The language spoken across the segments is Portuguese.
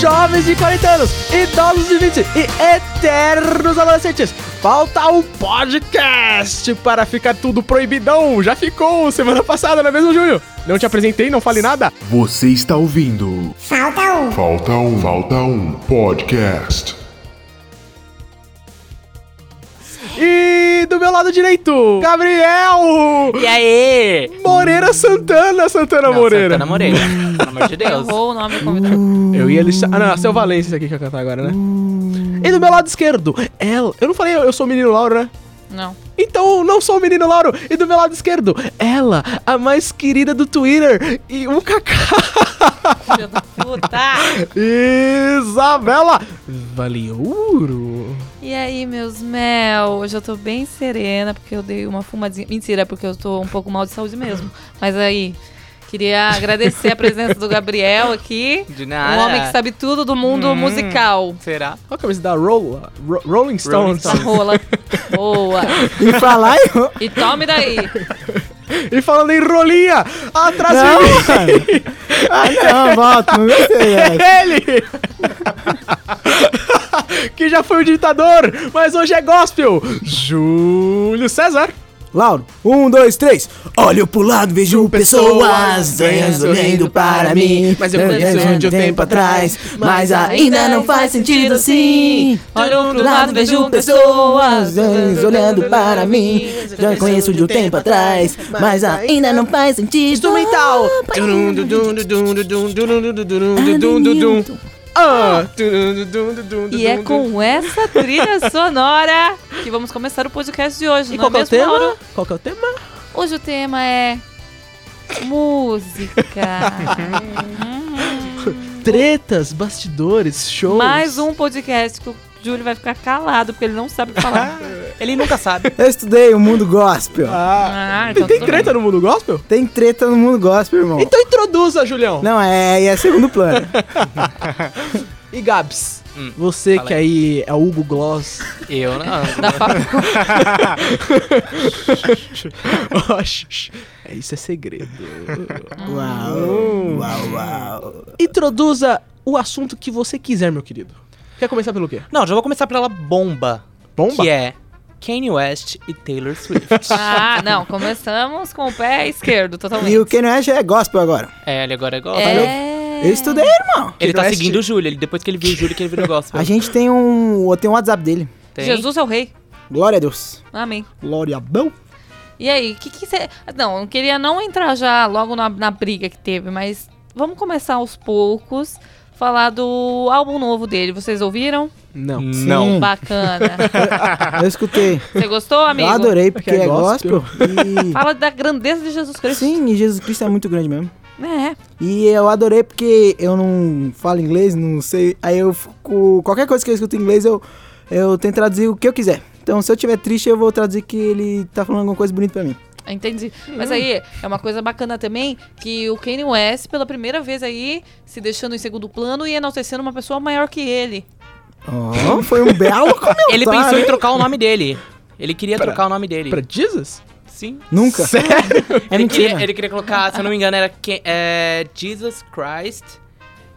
jovens de 40 anos, idosos de 20 e eternos adolescentes. Falta um podcast para ficar tudo proibidão. Já ficou semana passada, não é mesmo, Júlio? Não te apresentei, não falei nada? Você está ouvindo. Falta um. Falta um, falta um podcast. E do meu lado direito, Gabriel E aí? Moreira Santana, Santana Não, Moreira. Santana Moreira, pelo amor de Deus. Errou o nome do convidado. Eu ia listar. Ah, não, é seu Valência esse aqui que eu ia cantar agora, né? E do meu lado esquerdo, ela. Eu não falei eu, eu sou o menino Lauro, né? Não. Então, não sou o menino Lauro. E do meu lado esquerdo, ela, a mais querida do Twitter. E o Kaká. Filho da puta. Isabela Valiouro. E aí, meus mel? Hoje eu tô bem serena porque eu dei uma fumadinha. Mentira, porque eu tô um pouco mal de saúde mesmo. Mas aí, queria agradecer a presença do Gabriel aqui. De nada. Um homem que sabe tudo do mundo Hum, musical. Será? Olha a camisa da Rola, Ro- Rolling Stones. Essa rola. Boa. E falar em ro- E tome daí. e falando em rolinha, atrás Não, de mim. mano. Ah, não, volta. Não gostei é. dessa. Ele! que já foi o ditador, mas hoje é gospel. Júlio César. Lauro, um, dois, três. Olho pro lado, vejo pessoas estranhas olhando para mim. Mas eu penso de um tempo atrás, mas ainda não faz sentido assim. Olho pro lado, vejo Pessoas pessoas estranhas olhando para mim. Já conheço de um tempo atrás, mas ainda não faz sentido. Instrumental. Ah. E é com essa trilha sonora que vamos começar o podcast de hoje. E não qual é que é o mesmo, Laura? tema? Qual que é o tema? Hoje o tema é música. Tretas, bastidores, shows. Mais um podcast que o Júlio vai ficar calado porque ele não sabe o que falar. Ele nunca sabe. Eu estudei o mundo gospel. Ah. Ah, Tem, então tem tudo treta no mundo gospel? Tem treta no mundo gospel, irmão. Então introduza, Julião. Não, é, é segundo plano. E Gabs, Hum, você fala que aí é Hugo Gloss. Eu não. bem. Da fa- Oxi, Isso é segredo. Uau, uau, uau. Introduza o assunto que você quiser, meu querido. Quer começar pelo quê? Não, já vou começar pela bomba. Bomba? Que é Kanye West e Taylor Swift. ah, não. Começamos com o pé esquerdo, totalmente. E o Kanye West é gospel agora. é, ele agora é gospel. é... Eu estudei, irmão. Ele tá Kanye West- seguindo o Júlio. Ele, depois que ele viu o Júlio, que ele virou gospel. A gente tem um. Tem um WhatsApp dele. Tem? Jesus é o rei. Glória a Deus. Amém. Glória a Deus. E aí, o que que você... Não, eu queria não entrar já logo na, na briga que teve, mas vamos começar aos poucos. Falar do álbum novo dele. Vocês ouviram? Não. Hum. Não. Bacana. Eu escutei. Você gostou, amigo? Eu adorei, porque É é, que é gospel. Fala da grandeza de Jesus E, Cristo. sim, e Jesus Cristo é muito grande mesmo. É. E eu adorei porque eu não falo inglês, não sei. Aí eu fico. Qualquer coisa que eu escuto em inglês, eu, eu tento traduzir o que eu quiser. Então, se eu tiver triste, eu vou traduzir que ele tá falando alguma coisa bonita pra mim. Entendi. Mas aí, é uma coisa bacana também que o Kanye West, pela primeira vez aí, se deixando em segundo plano e enaltecendo uma pessoa maior que ele. Oh, foi um belo comentário. Ele pensou em hein? trocar o nome dele. Ele queria trocar o nome dele. Pra Jesus? Sim. Nunca. É ele, mentira. queria, ele queria colocar, se eu não me engano, era Ke- é, Jesus Christ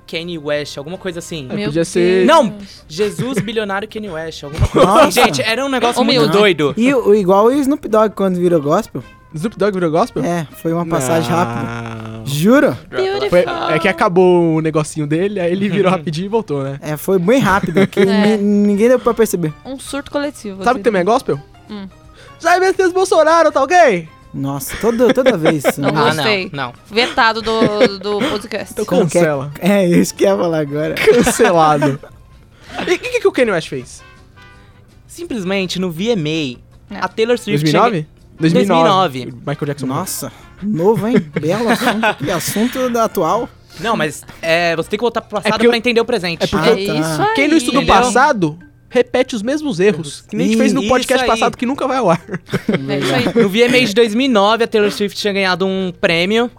Kanye West, alguma coisa assim. Meu É, podia ser- Não, Jesus bilionário Kanye West, alguma coisa assim. Nossa. Gente, era um negócio Humilde. muito doido. E o, igual o Snoop Dogg quando virou gospel. Snoop Dogg virou gospel? É, foi uma passagem rápida. rápida. Juro? Beautiful. Foi, é que acabou o negocinho dele, aí ele Uhum. virou rapidinho e voltou, né? É, foi bem rápido, que É. ni- ninguém deu pra perceber. Um surto coletivo. Sabe o que também é gospel? Hum. Jair Messias Bolsonaro, tá ok? Nossa, toda, toda vez. isso, Não né? Ah, Gostei. não, não. Vetado do, do podcast. Então não quer- cancela. É isso que eu ia falar agora. Cancelado. E o que, que o Kanye West fez? Simplesmente no VMA, Não. a Taylor Swift... 2009? 2009. Michael Jackson. Nossa, novo, hein? Belo assunto. Que assunto da atual. chega- Não, mas é, você tem que voltar pro É passado porque eu- pra entender o presente. é porque- É Ah, tá. isso aí. Quem não estuda o Entendeu? passado, repete os mesmos erros. Que nem a gente fez no Isso podcast aí. passado que nunca vai ao ar. É isso aí. No VMA de 2009, a Taylor Swift tinha ganhado um prêmio.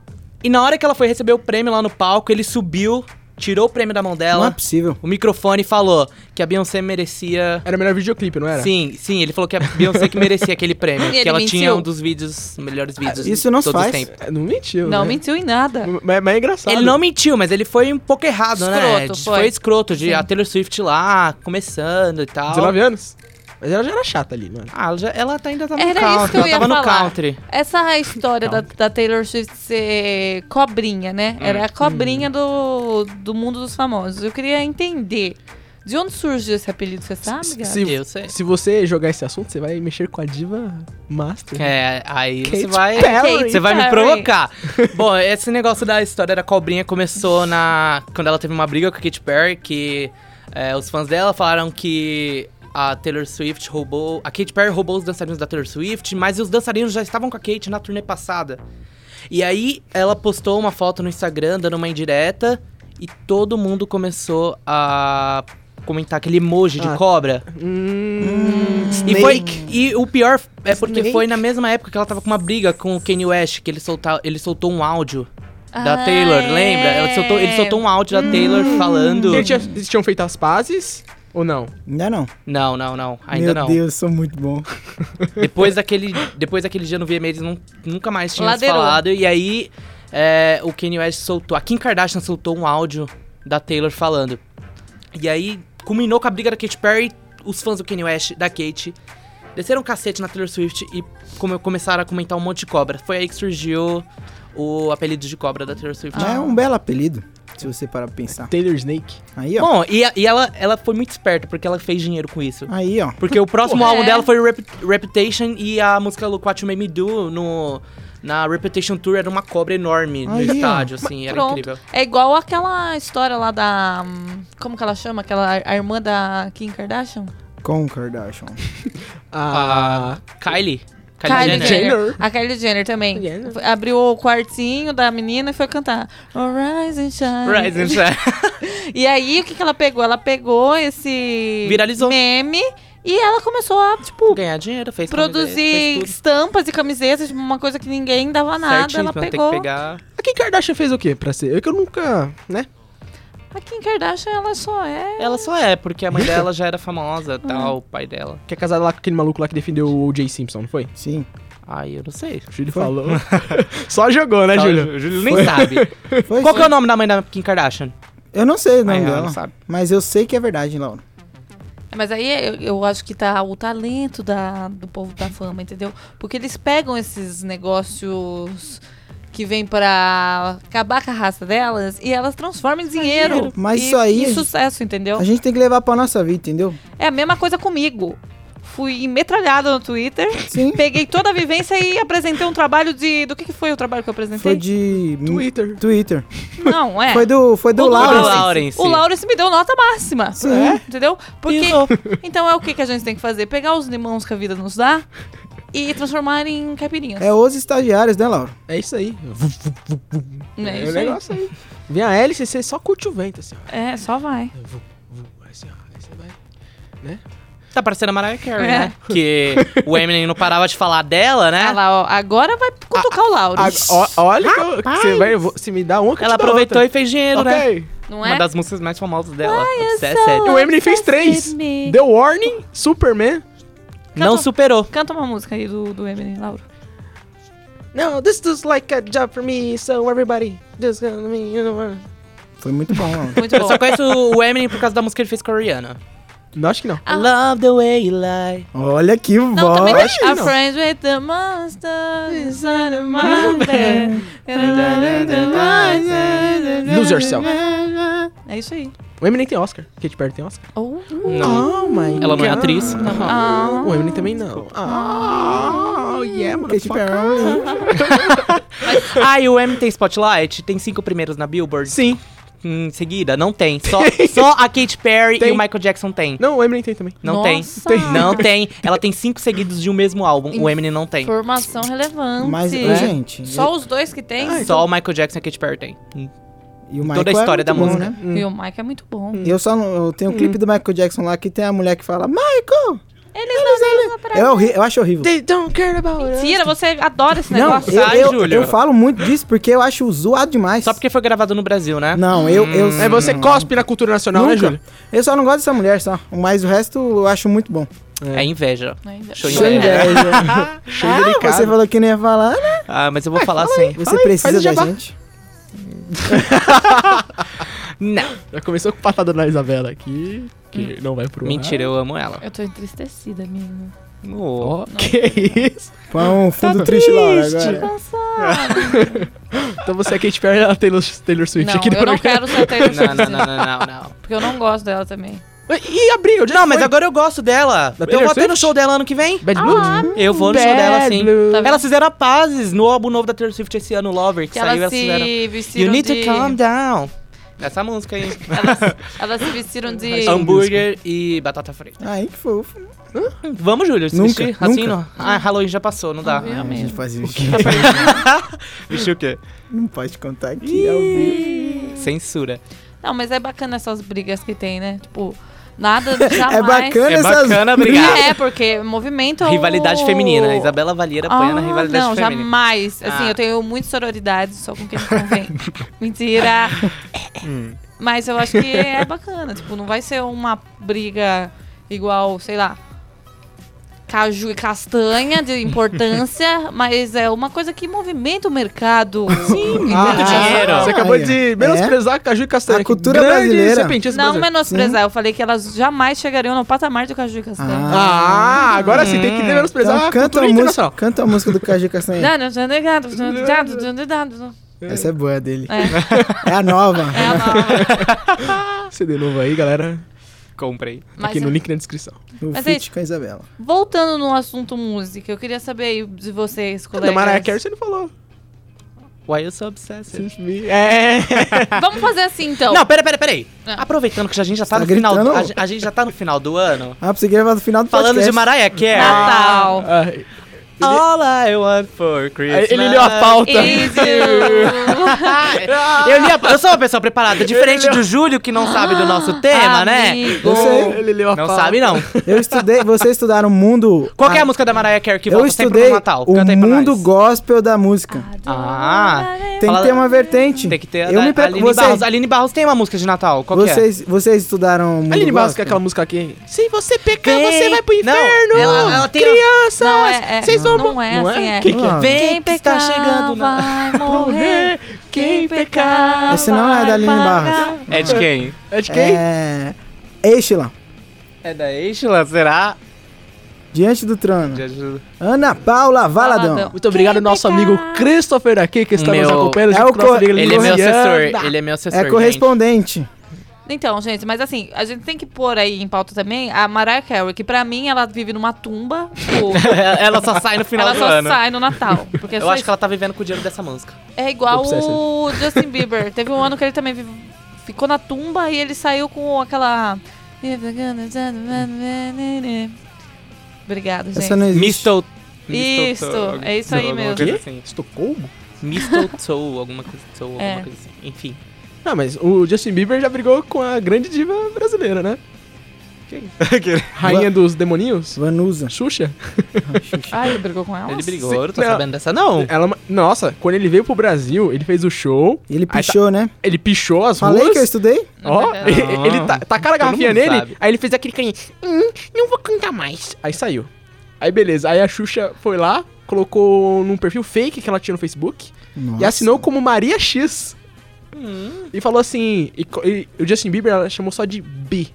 E na hora que ela foi receber o prêmio lá no palco, ele subiu tirou o prêmio da mão Não é dela, possível. o microfone e falou que a Beyoncé merecia. Era o melhor videoclipe, não era? Sim, sim, ele falou que a Beyoncé que merecia aquele prêmio. E que ele ela mentiu. tinha um dos vídeos, melhores vídeos isso não de todos se os faz. tempos. É, Não mentiu, Não né? mentiu em nada. Mas, mas é engraçado. Ele não mentiu, mas ele foi um pouco errado, né? Escroto, De- foi. Foi. escroto, de Sim. a Taylor Swift lá, começando e tal. 19 anos. Mas ela já era chata ali, mano. Ah, ela, já- ela tá- ainda tá no Era country, isso que eu ela ia tava falar. no country. Essa história da, da Taylor Swift ser cobrinha, né? Hum. Era a cobrinha do, do mundo dos famosos. Eu queria entender. De onde surgiu esse apelido, você sabe, Gabi? Se, Eu sei. se você jogar esse assunto, você vai mexer com a diva master. É, aí Kate você vai. Perry. Você vai me Perry. provocar. Bom, esse negócio da história da cobrinha começou na. Quando ela teve uma briga com a Katy Perry, que é, os fãs dela falaram que a Taylor Swift roubou. A Katy Perry roubou os dançarinos da Taylor Swift, mas os dançarinos já estavam com a Kate na turnê passada. E aí ela postou uma foto no Instagram dando uma indireta e todo mundo começou a comentar aquele emoji Ah. de cobra. Hum, E, foi, e o pior é porque Snake. foi na mesma época que ela tava com uma briga com o Kanye West, que ele, solta, ele soltou um áudio da Ah, Taylor, é. Hum. lembra? Ela soltou, ele soltou um áudio da Taylor falando. Ele tinha- Eles tinham feito as pazes ou não? Ainda não. Não, não, não, ainda Meu não. Deus, sou muito bom. Depois daquele, depois daquele dia no VMA, eles não, nunca mais tinham se Ladeirou. falado. E aí, é, o Kanye West soltou, a Kim Kardashian soltou um áudio da Taylor falando. E aí, culminou com a briga da Katy Perry, os fãs do Kanye West, da Kate, desceram um cacete na Taylor Swift e come- começaram a comentar um monte de cobra. Foi aí que surgiu o apelido de cobra da Taylor Swift. Mas é um belo apelido, se você parar pra pensar. Taylor Snake. Aí, ó. Bom, e, a- e ela, ela foi muito esperta, porque ela fez dinheiro com isso. Aí, ó. Porque o próximo Porra. álbum É. dela foi o Rep- Reputation e a música Look What You Made Me Do no, na Reputation Tour era uma cobra enorme no Aí, ó. estádio, assim, era Pronto. incrível. É igual aquela história lá da. hum, Como que ela chama? Aquela a irmã da Kim Kardashian? Com Kardashian. Ah. Kylie. Kylie, Jenner. Kylie Jenner. A Kylie Jenner também. Jenner. Foi- Abriu o quartinho da menina e foi cantar. "Oh, Rise and shine. Rise and Shine. E aí, o que, que ela pegou? Ela pegou esse Viralizou. meme e ela começou a, tipo, Ganhar dinheiro, fez produzir camiseta, fez estampas e camisetas, tipo, uma coisa que ninguém dava tudo nada. certinho, então ela tem que pegou. pegar. A Kim Kardashian fez o quê pra ser? Eu que eu nunca, né? A Kim Kardashian, ela só é. Ela só é, porque a mãe dela já era famosa, tal, o pai dela. Que é casada lá com aquele maluco lá que defendeu o O.J. Simpson, não foi? Sim. Ai, eu não sei. O Júlio falou. Só jogou, né, Tá, Júlio? o Júlio nem sabe. É, Foi Qual sim. que é o nome da mãe da Kim Kardashian? Eu não sei o nome Ai, ela dela. não sabe. Mas eu sei que é verdade, Laura. Mas aí eu, eu acho que tá o talento da, do povo da fama, entendeu? Porque eles pegam esses negócios que vêm pra acabar com a raça delas e elas transformam em dinheiro. Mas e, isso aí- E sucesso, entendeu? A gente tem que levar pra nossa vida, entendeu? É a mesma coisa comigo. Fui metralhada no Twitter, Sim. peguei toda a vivência e apresentei um trabalho de. Do que, que foi o trabalho que eu apresentei? Foi de. Twitter. Twitter. Não, é. Foi do, foi do O do Laura. Do Lawrence. Lawrence. O Lawrence me deu nota máxima. Sim. É, Entendeu? Porque. Então é o que, que a gente tem que fazer? Pegar os limões que a vida nos dá e transformar em caipirinhas. É os estagiários, né, Laura? É isso aí. É, É o isso aí. negócio aí. Vem a hélice, você só curte o vento, assim, ó. É, só vai. Aí você- aí você vai. Tá parecendo a Mariah Carey, É. né? Que o Eminem não parava de falar dela, né? Olha Ah lá, ó. Agora vai cutucar o Lauro. Ah, ó- olha que eu- que você vai. eu vou- Se me dá um, que eu Ela te dou aproveitou outra. e fez dinheiro, né? Ok. Não Uma é? das músicas mais famosas dela. É so- Obsessed. O Eminem fez três: Me. The Warning, Superman. Não superou. Canta um uma música aí do, do Eminem, Lauro. No, this is like a job for me, so everybody just gonna me, you know. uh, Foi muito bom, Laura. Muito Eu bom. só conheço o Eminem por causa da música que ele fez com a Rihanna. Não, acho que não. Ah. Love the way you lie. Olha que Não, também voz. tem é A Friend with the Monster Inside of my bed. Lose Yourself. É isso aí. O Eminem tem Oscar. Kate Perry tem Oscar. Oh. Não. my Ela não é atriz. Ah. O Eminem também não. Oh, yeah, mano. Katy Perry. Ah, e o Eminem tem Spotlight? Tem cinco primeiros na Billboard? Hum, Sim. Em seguida? Não tem. Só, só a Katy Perry Tem. e o Michael Jackson tem. Não, o Eminem tem também. Não Nossa. tem. Não tem. Ela tem cinco seguidos de um mesmo álbum. O Eminem não tem. Informação relevante. Mas, ô, É. gente. Só os dois que tem? Só o Michael Jackson e a Katy Perry tem. E o Toda a Michael é história da muito bom, música. né? E o Mike é muito bom. um Hum. Eu só não, eu tenho o clipe do Michael Jackson lá que tem a mulher que fala Michael! Eles não pra Eu, horri- eu acho horrível. They don't care about us. Mentira, você adora esse Não, negócio. eu, Sai, eu- Júlio. eu falo muito disso porque eu acho zoado demais. Só porque foi gravado no Brasil, né? Não, eu. eu É, você cospe na cultura nacional, né, Nunca. Júlio? Eu só não gosto dessa mulher, só. Mas o resto eu acho muito bom. É inveja. Não, ainda- Show Cheio de inveja. inveja. Cheio Ah, você falou que não ia falar, né? Ah, mas eu vou falar assim. Você Fala aí, faz o precisa da jabá. gente. Não. Já começou com patada na Isabela aqui, que não vai pro ar. Hum. Mentira, eu amo ela. Eu tô entristecida, amigo. Oh. Que isso? Põe um Tá fundo triste, Laura, triste. agora. Então você é Kate Perry e ela é Taylor, Taylor Swift Não, aqui no eu não programa. quero ser Taylor Não, não, Swift, não, não, não, não. porque eu não gosto dela também. Tá E a briga? Onde é Não, que mas foi? agora eu gosto dela. Da eu Taylor vou até no Swift? show dela ano que vem. Bad Blood? Ah, Eu vou no show dela, sim. Tá vendo? Elas fizeram a pazes no álbum novo da Taylor Swift esse ano, Lover, Uhum. que Que saiu, elas elas fizeram. se vestiram You need de... to calm down. Essa música aí. Elas se vestiram de... um Hambúrguer e batata frita. Ai, que fofo. Hum, Vamos, Júlio, se Nunca, vestir assim? nunca. Não. Ah, Halloween já passou, não dá. A gente faz isso. Vestir o quê? Não pode contar aqui ao vivo. Censura. Não, mas é bacana essas brigas que tem, né? Tipo, nada jamais... É bacana É essas... bacana, obrigado. É, porque movimento... é o- Rivalidade feminina. Isabela Valheira apanha na Ah, rivalidade não, feminina. jamais. Assim, Ah. eu tenho muito sororidade só com quem me convém. Mentira. Mas eu acho que é bacana. Tipo, não vai ser uma briga igual, sei lá, caju e castanha de importância, mas é uma coisa que movimenta o mercado. Sim, Ah, dinheiro. Você acabou Aí, ó. de menosprezar Caju e Castanha. A cultura Grande brasileira. serpentista Não brasileira. menosprezar, eu falei que elas jamais chegariam no patamar do caju e castanha. Ah, agora sim, tem que menosprezar Então a canta, cultura a música, internacional. canta a música do Caju Castanha. Não, não, não, não, não, não, não, não. Essa é boa dele. É, É a nova. é a nova. CD novo aí, galera. Tá Comprei. Mas aqui no um. é- link na descrição. O Mas é feat isso. com a Isabela. Voltando no assunto música, eu queria saber aí de vocês, Da colegas. Mariah Carey você não falou. Why you so obsessed? É. Vamos fazer assim, então. Não, pera, pera, pera aí. Ah. Aproveitando que a gente já tá, Tá no final. gritando? A, gen- a gente já tá no final do ano. Ah, pra você gravar no final do Falando podcast. de Mariah Carey. Natal. Ai, All I want for Christmas. ele leu a pauta. Is you. Eu, li a- eu sou uma pessoa preparada, diferente do Júlio, que não sabe do nosso tema, né? Amigo. Eu sei. Ele leu a Não pauta. sabe, não. Eu estudei, vocês estudaram o mundo... Qual que é a Ah, música da Mariah Carey que Eu volta sempre estudei no Natal? o Canta aí pra mundo nós. gospel da música. tá. Ah, Tem Fala- que ter uma vertente. tem que ter a Eu da me pre- Aline vocês- Barros. Aline Barros tem uma música de Natal, qual que é? Vocês, vocês estudaram o mundo Aline Barros, que é gospel? aquela música aqui. Se você pecar, Vem. você vai pro Não, inferno. ela- ela tem- um- Crianças. Não, é, é, Vocês não, vão... não é assim, é. Que que é? Ah, Vem que está chegando na... vai morrer. Quem pecar Esse não é da Aline Barros. É de quem? É de quem? É... Eixila, É da Isla, será? Diante do Trono. De- de- Ana Paula Valadão. Valadão. Muito obrigado, Quem nosso pecar? amigo Christopher aqui, que está nos Meu- acompanhando. É junto o com nossa co- amiga Ele é meu Luciana. assessor, ele é meu assessor, É correspondente. Então, gente, mas assim, a gente tem que pôr aí em pauta também a Mariah Carey, que pra mim ela vive numa tumba. Tipo, gente. ela só sai no final ela do só ano. sai no Natal. Porque Eu só acho isso. que ela tá vivendo com o dinheiro dessa música. É igual Obsessed. o Justin Bieber. Teve um ano que ele também vive- ficou na tumba e ele saiu com aquela. Obrigada, gente. Essa não existe. Mistletoe. Isso, Mistletoe, é isso aí alguma mesmo. coisa Quê? assim. Estocolmo? Mistletoe, alguma coisa, toe, alguma É. coisa assim. Enfim. Não, mas o Justin Bieber já brigou com a grande diva brasileira, né? Quem? Rainha dos demoninhos? Vanusa. Xuxa? Ah, ele brigou com ela? Ele brigou, sim. eu não tô Não. sabendo dessa não. Ela, é uma- nossa, quando ele veio pro Brasil, ele fez o show, Ele tá- pichou, né? ele pichou as Falei que eu ruas. estudei. Ó, Ah. ele ele ta, tacaram a Todo garrafinha mundo nele, sabe. aí ele fez aquele carinha, hum, não vou cantar mais. Aí saiu. Aí beleza, aí a Xuxa foi lá, colocou num perfil fake que ela tinha no Facebook e Nossa. Hum. assinou como Maria X. E falou assim, e, co- e o Justin Bieber ela chamou só de B.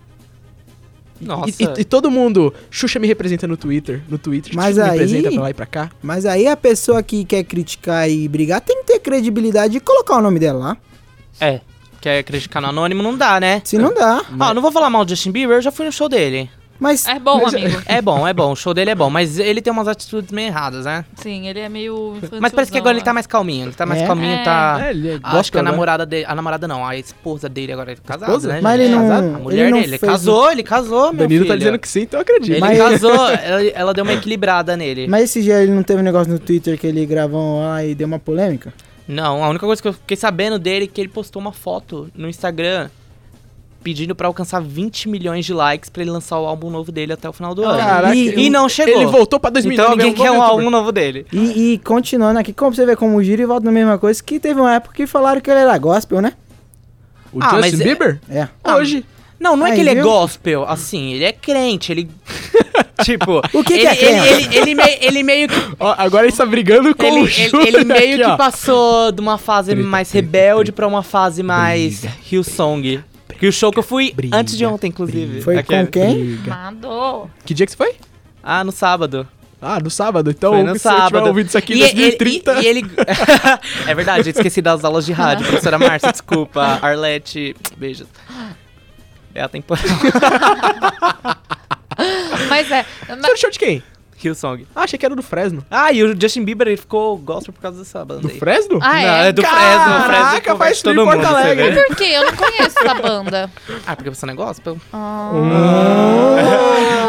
Nossa. E, e- e todo mundo, Xuxa me representa no Twitter, no Twitter, Mas me aí- representa pra lá e pra cá. Mas aí a pessoa que quer criticar e brigar tem que ter credibilidade e colocar o nome dela lá. É, quer criticar no anônimo, não dá, né? Se É. não dá. Ó, não vou falar mal do Justin Bieber, eu já fui no show dele. Mas É bom, amigo. É bom, é bom, o show dele é bom, mas ele tem umas atitudes meio erradas, né? Sim, ele é meio. Mas parece que agora ele tá mais calminho, ele tá mais É? calminho, É. tá... É, ele é- Acho que a agora. namorada dele. A namorada não, a esposa dele agora é casada, Esposa? né? Mas gente? ele não- Casada. A mulher ele não dele. fez Casou, ele casou, O meu Danilo tá filho. dizendo que sim, então eu acredito. Ele Mas- casou, ela, ela deu uma equilibrada nele. Mas esse dia ele não teve um negócio no Twitter que ele gravou um lá e deu uma polêmica? Não, a única coisa que eu fiquei sabendo dele é que ele postou uma foto no Instagram pedindo pra alcançar 20 milhões de likes pra ele lançar o álbum novo dele até o final do ano. Caraca, E- eu- E não chegou. Ele voltou pra 2009. então ninguém é quer bom um youtuber. álbum novo dele. E, e continuando aqui, como você vê como gira e volta na mesma coisa, que teve uma época que falaram que ele era gospel, né? O Ah, Justin mas é- Bieber? É. Hoje. Não, não é Aí, que ele é viu? gospel, assim, ele é crente, ele. tipo, O que que ele, é crente? ele, ele, ele, mei- ele meio que Ó, agora ele está brigando com Ele, o ele- Júlio ele meio aqui, que ó. passou de uma fase mais rebelde pra uma fase mais Hillsong. Que o show que eu fui briga, antes de ontem, inclusive. é Foi Aquele- com quem? né? Mandou. Que dia que você foi? Ah, no sábado. Ah, no sábado. Então, foi no se você tiver sábado. ouvindo isso aqui em E- e- 2030... E, e ele... é verdade, eu esqueci das aulas de rádio. Professora Márcia, desculpa. Arlete, beijos. É a temporada. Mas é. Você era Mas, show de quem? Hillsong. Ah, achei que era do Fresno. Ah, e o Justin Bieber, ele ficou gospel por causa dessa banda Do aí. Fresno? ah, Não, é. é do Fresno. o Fresno Caraca, converte faz tudo em todo Porto mundo, você Alegre. vê? Por quê? Eu não conheço essa banda. Ah, porque você não é gospel? Ah.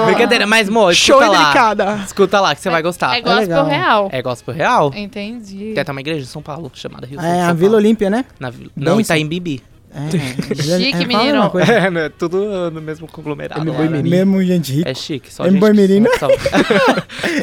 Brincadeira, mas, mo, Show escuta lá. delicada. Escuta lá que você vai gostar. É gospel legal. real. Ah, É gospel real? Entendi. Tem até uma igreja em São Paulo chamada Rio É, a Vila Olímpia, né? Na Vila... Não, Bem, Itaim Bibi. É. Chique, Fala a mesma menino. coisa. É né? Tudo no mesmo conglomerado. lá, né? Mesmo gente rica. É chique, só É gente. Boimirim, que- Só...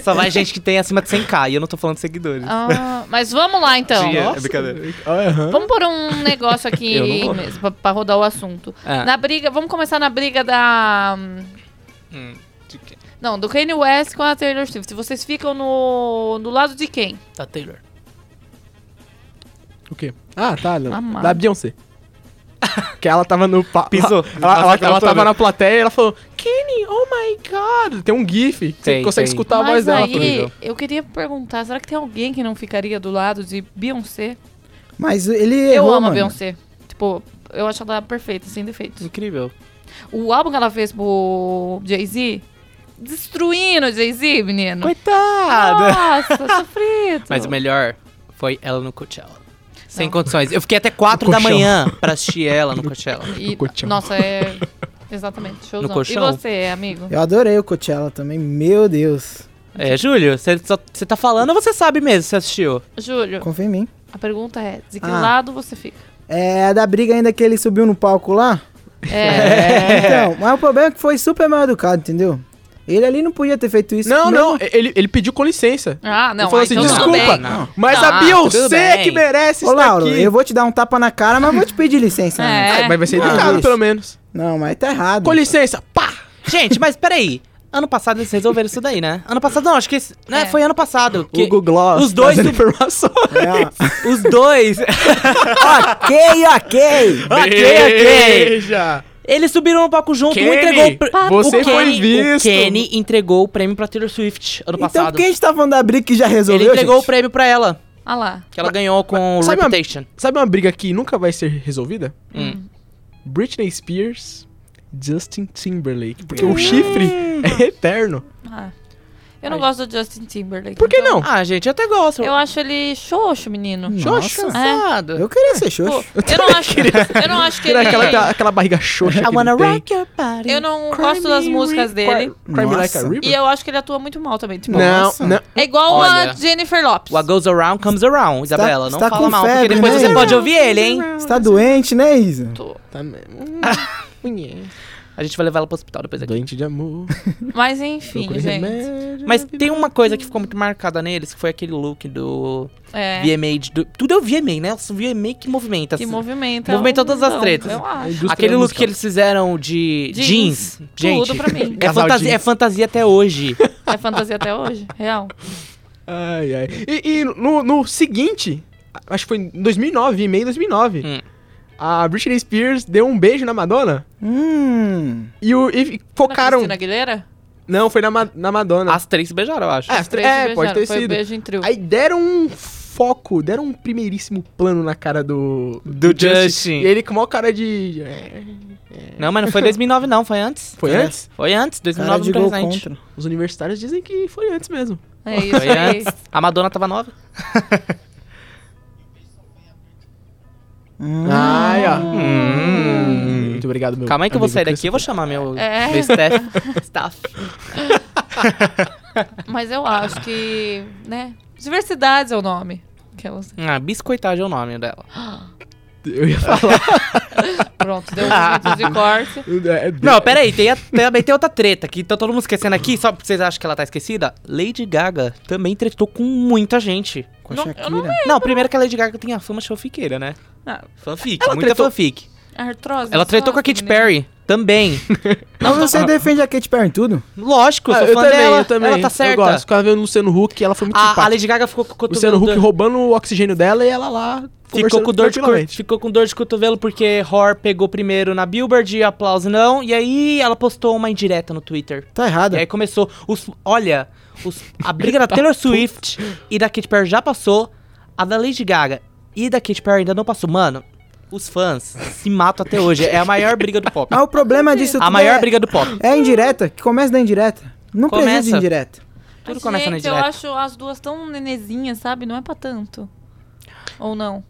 só vai gente que tem acima de 100k e eu não tô falando de seguidores. Ah, mas vamos lá então. Dia- é brincadeira. Aham. Vamos pôr um negócio aqui Eu não vou. mesmo, pra, pra rodar o assunto. Ah. Na briga, vamos começar na briga da. Hum, de quem? Não, do Kanye West com a Taylor Swift. Vocês ficam no. do lado de quem? Da Taylor. O quê? Ah, tá. não. Amado. Da Beyoncé. que ela tava no... pa- Pisou. Ela, ela, ela tava Toda. na plateia e ela falou... Kenny, oh my God. Tem um gif que você Tem, consegue tem. escutar tá a voz Mas dela. aí, eu queria perguntar, será que tem alguém que não ficaria do lado de Beyoncé? Mas ele eu errou, amo a mano. Beyoncé. Tipo, eu acho ela perfeita, sem defeitos. Incrível. O álbum que ela fez pro Jay-Z, destruindo o Jay-Z, menino. Coitada! Hum. Nossa, sofrido. Mas o melhor foi ela no Coachella. Sem condições. Eu fiquei até 4 No da colchão. manhã pra assistir ela no Coachella. E- colchão. nossa, é. Exatamente, showzão. No e colchão? você, amigo? Eu adorei o Coachella também, meu Deus. É, Júlio, você só- você tá falando ou você sabe mesmo se assistiu? Júlio, Confia em mim. a pergunta é: de que Ah. lado você fica? É da briga ainda que ele subiu no palco lá. É. Então, mas o problema é que foi super mal educado, entendeu? Ele ali não podia ter feito isso. Não, mesmo- não. Ele, ele pediu com licença. Ah, não, Ele falou ah, assim, então tudo desculpa. bem. Mas Tá, a tudo Beyoncé é bem. que merece Ô, estar Lauro, aqui. eu vou te dar um tapa na cara, mas vou te pedir licença. É. né? Ah, mas vai ser Não. educado, Isso. pelo menos. Não, mas tá errado. Com licença. Pá! Gente, mas peraí. Ano passado eles resolveram isso daí, né? Ano passado, não, acho que esse- né, É. foi ano passado. Que Google Gloss. os dois trazendo do- informações. É, ó. Os dois. ok, ok. ok, ok. Beija. Eles subiram no palco junto, um Kenny, entregou o pr- você o foi Kenny, visto. O Kenny entregou o prêmio pra Taylor Swift ano Então passado. por que a gente tá falando da briga que já resolveu, Ele entregou o gente? prêmio pra ela, Ah lá. que ela ganhou com sabe uma- Reputation. Sabe uma briga que nunca vai ser resolvida? Hum. Britney Spears, Justin Timberlake. Porque o chifre é eterno. Ah. Eu não gosto do Justin Timberlake. Por que então- não? Ah, gente, eu até gosto. Eu acho é. ele xoxo, menino. Xoxo. Nossa. cansado. Eu queria ser Pô, xoxo. eu não acho, eu não acho que ele. Aquela, aquela, tá aquela barriga xoxa que I wanna ele tem. rock your body. ah, Eu não gosto das músicas dele. Cry Me Like a Nossa. River? E eu acho que ele atua muito mal também. Tipo, Não, Nossa. não. É igual a Olha. Jennifer Lopes. What goes around comes around, Isabela. não tá fala com mal, porque febre, depois né, você Isa? pode ouvir ele, hein? Você tá doente, né, Isa? Tá A gente vai levar ela pro hospital depois aqui. Hum. Tá Doente de amor. Mas enfim, procure gente. remédio. Mas tem uma coisa que ficou muito marcada neles, que foi aquele look do É. VMA. de- do- tudo é o VMA, né? O VMA que movimenta. Que assim. movimenta. Movimenta um todas as mundão, tretas. Eu A acho. indústria Aquele look musical. que eles fizeram de Jeans, jeans. Gente, tudo pra mim. É Casal fantasia, jeans. é fantasia até hoje. É fantasia até hoje, real. Ai, ai. E, e no, no seguinte, acho que foi em 2009, em meio de 2009, Hum. a Britney Spears deu um beijo na Madonna Hum. e, o, e focaram... Focaram. é Cristina Aguilera? Não, foi na, Ma- na Madonna. As três se beijaram, eu acho. É, as três- Beijo, é, pode beijaram. ter Foi um sido. beijo em trio. Aí deram um foco, deram um primeiríssimo plano na cara do... Do Justin. E ele com a maior cara de... é, Não, mas não foi 2009 não, foi antes. Foi É. antes? Foi antes, Cara 2009 de no gol presente. contra. Os universitários dizem que foi antes mesmo. É isso Foi aí. antes. A Madonna tava nova. Hum. Ai, ó. Muito obrigado, meu Ah. Hum. Calma aí que eu vou amigo sair daqui, Christopher. eu vou chamar meu, É. meu staff. staff. Mas eu acho que, né? Diversidades é o nome. Aquelas- Ah, biscoitagem é o nome dela. Eu ia falar. Pronto, deu um Ah. minuto de corte. É, de- Não, peraí, tem, a- também tem outra treta que tá todo mundo esquecendo aqui, só porque vocês acham que ela tá esquecida. Lady Gaga também tretou com muita gente. Com a Não, Shakira. eu não é. Não, primeiro que a Lady Gaga tem a fama chofiqueira, né? Ah, Fanfic, Ela muita tretou- fanfic. Artrose. Ela tretou com a Katy Perry também. Mas você defende a Katy Perry em tudo? Lógico, eu Ah, sou eu fã também, dela. eu também. Ela tá certa. Eu gosto. Ficava vendo o Luciano Huck e ela foi muito A, a simpática. Lady Gaga ficou com o cotovelo. Luciano Huck do- roubando o oxigênio dela e ela lá Ficou conversando com, dor de cor- tranquilamente. ficou com dor de cotovelo porque Horror pegou primeiro na Billboard e aplauso não. E aí ela postou uma indireta no Twitter. Tá errado. E aí começou. Os, olha, os- a briga Tá da Taylor Swift e da Katy Perry já passou. A da Lady Gaga e da Katy Perry ainda não passou. Mano, os fãs se matam até hoje. É a maior briga do pop. Mas o problema disso A tudo maior é, briga do pop. é a indireta, que começa da indireta. Não Começa. precisa de indireta. Tudo começa na Gente, eu indireta. acho as duas tão nenezinhas, sabe? Não é pra tanto. Ou não?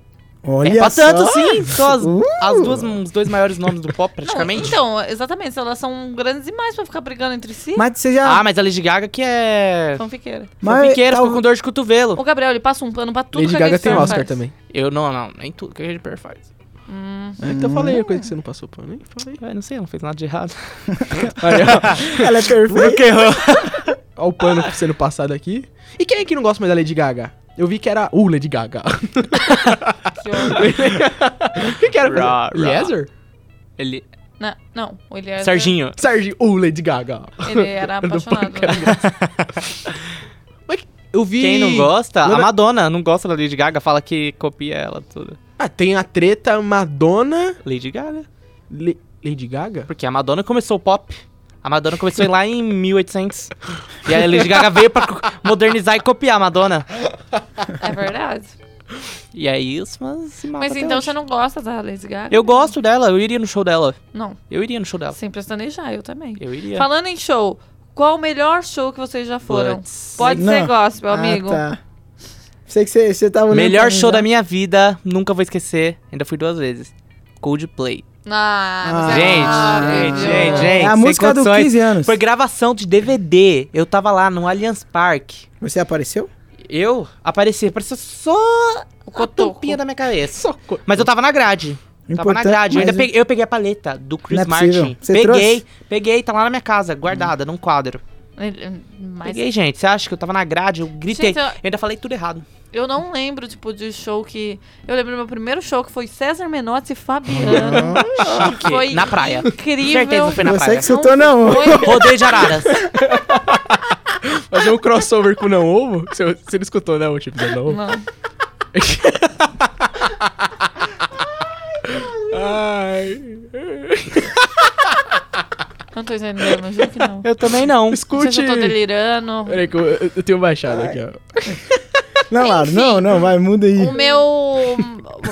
Olha É pra só. tanto, sim. São as, Uh. as duas, os dois maiores nomes do pop, Não, praticamente. então, exatamente. Elas são grandes demais pra ficar brigando entre si. Mas você já... Ah, mas a Lady Gaga que é... Fanfiqueira. mas- tá Ah, Fanfiqueira, tal- ficou com dor de cotovelo. O Gabriel, ele passa um pano pra tudo Lady que a Gaga Katy tem Perry Oscar faz. também. Eu não, não, nem tudo que a Katy Perry faz. É, então eu falei a coisa que você não passou pano. Nem falei. Ué, não sei, ela não fez nada de errado. Ela é perfeita. Olha o pano sendo passado aqui. E quem é que não gosta mais da Lady Gaga? Eu vi que era o Lady Gaga. Que horror. Quem que era? Rá, rá. Yezer? Ele... Na- né? Não, ele era... Serginho. Serginho, o Lady Gaga. Ele era apaixonado. né? Eu vi... Quem não gosta? Não, A mas- Madonna não gosta da Lady Gaga, fala que copia ela tudo. Ah, tem a treta Madonna... Lady Gaga. Le- Lady Gaga? Porque a Madonna começou o pop. A Madonna começou lá em 1800. E aí a Lady Gaga veio pra co- modernizar e copiar a Madonna. É verdade. E aí os fãs se matam Mas até então hoje. você não gosta da Lady Gaga? Eu gosto dela, eu iria no show dela. Não, Eu iria no show dela. sem pestanejar, eu também. Eu iria. Falando em show, qual o melhor show que vocês já foram? Puts. Pode Não. ser gospel, Ah, amigo. tá. Sei que você, você tava olhando pra Melhor mim show já. da minha vida, nunca vou esquecer. Ainda fui duas vezes. Coldplay. Ah, mas Ah, é gente, maravilhoso. gente, gente, gente. É a sem música dos condições. 15 anos. Foi gravação de DVD. Eu tava lá no Allianz Park. Você apareceu? Eu apareci, apareceu só O a Um cotoco. tampinha da minha cabeça. Só co- Mas eu tava na grade. tava na Importante, grade. Eu, mas ainda peguei, eu peguei a paleta do Chris Não é possível. Martin. Você peguei, trouxe? Hum. peguei, tá lá na minha casa, guardada, num quadro. Ele- Mas Peguei, gente. Você acha que eu tava na grade? Eu gritei. Gente, eu- eu... ainda falei tudo errado. eu não lembro, tipo, de show que... Eu lembro do meu primeiro show, que foi César Menotti e Fabiano. Chique. Foi Na praia. Incrível. Certeza, foi na Você tá praia. que soltou não. Foi Rodeio de Araras. Fazer um crossover com o Não Ovo? Você, você não escutou, né, o tipo do Não Ovo? Não. Ai... Não tô entendendo, juro que não. Eu também não. Não sei Escute... se eu tô delirando. Peraí que eu, eu tenho baixado aqui, ó. Não, Laura, não, não, vai, muda aí. O meu.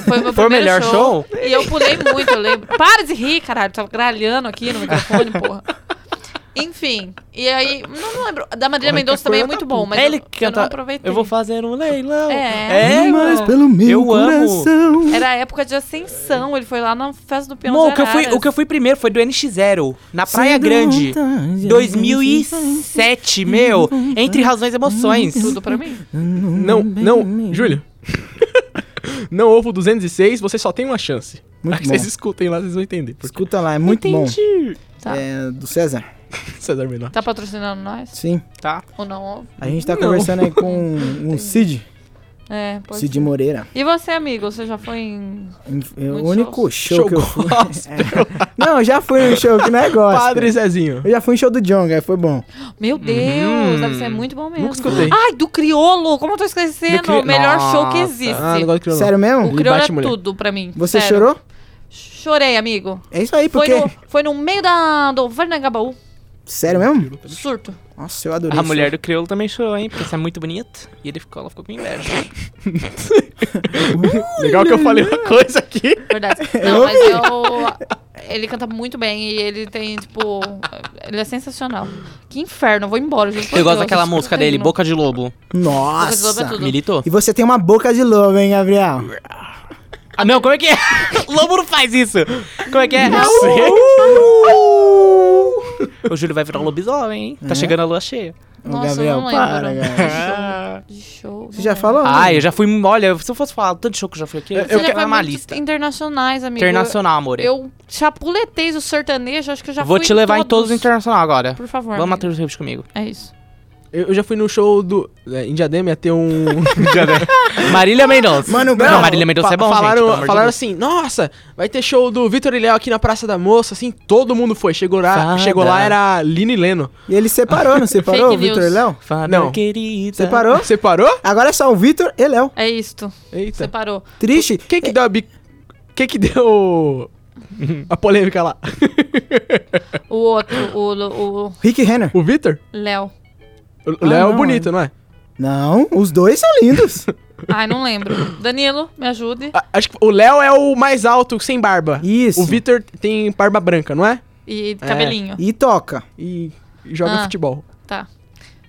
Foi o meu Foi o primeiro melhor show? E eu pulei muito, eu lembro. Para de rir, caralho. Tava gralhando aqui no microfone, porra. Enfim, e aí. Não, não lembro. Da Marília Mendonça também é muito bom, mas. É ele eu, que eu não canta. aproveitei. Eu vou fazer um leilão. É. é Mas mano. pelo meu Eu amo. coração. Era a época de ascensão, ele foi lá na festa do piano. Mô, de o que, eu fui, Araras. o que eu fui primeiro foi do NX0, na Praia Grande. 2007, meu. Entre razões e emoções. um Tudo pra mim. Não, não, Júlio. Não ovo 206, você só tem uma chance. Muito Aí vocês bom. escutem lá, vocês vão entender. Porque Escuta lá, é muito bom. Tá. É, do César. César Menor. Tá patrocinando nós? Sim. Tá. Ou não? A gente tá Não. conversando aí com um Cid. É, pode Cid ser. Moreira. E você, amigo? Você já foi em. É o Muito único show, Show que eu fui. É. Não, eu já fui num show que não é gospel. Padre Zezinho. Eu já fui em show do Jonga, aí foi bom. Meu Uhum. Deus, deve ser muito bom mesmo. Nunca escutei. Ai, do Criolo! Como eu tô esquecendo? Do Cri- O melhor show que Nossa. existe. Ah, não gosto de crioulo, não. Sério mesmo? O Ele Criolo bate é mulher. tudo pra mim. Você sério. chorou? Chorei, amigo. É isso aí, Foi porque. no, foi no meio da, do Vernagabaú. Sério mesmo? Surto. Nossa, eu adorei. A isso. mulher do crioulo também chorou, hein? Porque você é muito bonito. E ele ficou, ela ficou com inveja. Legal que eu falei uma coisa aqui. Verdade. Não, mas eu... Ele canta muito bem e ele tem, tipo... Ele é sensacional. Que inferno, eu vou embora. juro por Eu Deus, gosto daquela acho que música não tem dele, no- Boca de Lobo. Boca de Lobo é Nossa. tudo. Militou? E você tem uma boca de lobo, hein, Gabriel? Ah, não, como é que é? Lobo não faz isso. Como é que é? Uh. o Júlio vai virar um lobisomem, hein? Tá chegando a lua cheia. Ô, Nossa, eu Gabriel, não lembro. para, cara. Ah. sabe? De show. Você não já lembro. falou? Ah, eu já fui. Olha, se eu fosse falar o tanto de show que eu já fui aqui, Eu- Você já quero foi uma muitos lista. é internacionais, amigo. Internacional, amor. Eu, eu chapuletei o sertanejo, acho que eu já Vou fui te levar em todos os internacional agora. Por favor. Vamos amigo. matar os rios comigo. É isso. Eu, eu já fui no show do. É, em Diadema ia ter um. Marília Mendonça. Mano, não, não, Marília Mendonça Fa- é bom, gente. falaram, pelo amor de falaram Deus. assim, nossa, vai ter show do Vitor e Léo aqui na Praça da Moça, assim, todo mundo foi. Chegou lá, Fada. chegou lá era Lina e Leno. E ele separou, não separou, Fake Vitor e news. Léo? Fada Não. querida. Separou? Separou? Agora é só o Vitor e Léo. É isto. Tá. Eita. Separou. Triste. Quem que deu a bi... Quem que deu a polêmica lá? O outro, o, o Rick Renner. O Vitor? Léo. O Léo Ah, é não, bonito, não é? Não, os dois são lindos. Ai, não lembro. Danilo, me ajude. A- acho que o Léo é o mais alto, sem barba. Isso. O Vitor tem barba branca, não é? E cabelinho. E toca. E, e joga Ah. futebol. Tá.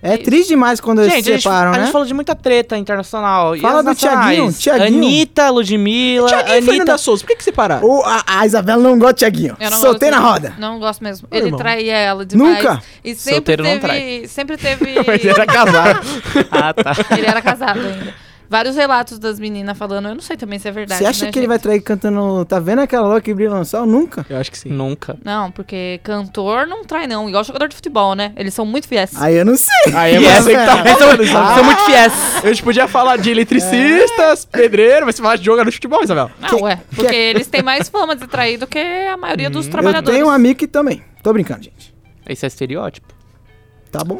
É Isso. triste demais quando Gente, a eles gente, separam, a né? gente falou de muita treta internacional. Fala e as do Thiaguinho, nacionais? Thiaguinho. Anitta, Ludmilla, Thiaguinho e Fernanda Anitta. Souza, por que, que separaram? Ô, a, a Isabela não gosta de Tiaguinho. Eu não Soltei gosto na dele. roda. Não gosto mesmo. Ô, Ele irmão. traía ela demais. Nunca. E sempre Solteiro não teve. trai. Sempre teve. Mas era casado. ah, tá. ele era casado ainda. Vários relatos das meninas falando, eu não sei também se é verdade. Você acha né, que ele gente? vai trair cantando. Tá vendo aquela loja que brilha no sol? Nunca. Eu acho que sim. Nunca. Não, porque cantor não trai, não. Igual jogador de futebol, né? Eles são muito fiéis. Aí eu não sei. Aí é Yes, você que tá Eles são, eles são muito fiéis. A gente podia falar de eletricistas, pedreiro, mas você fala de jogador de futebol, Isabel. Ah, que- ué. Porque que- eles têm mais fama de trair do que a maioria Hum. dos Eu trabalhadores. tenho um amigo que também. Tô brincando, gente. Esse é estereótipo. Tá bom?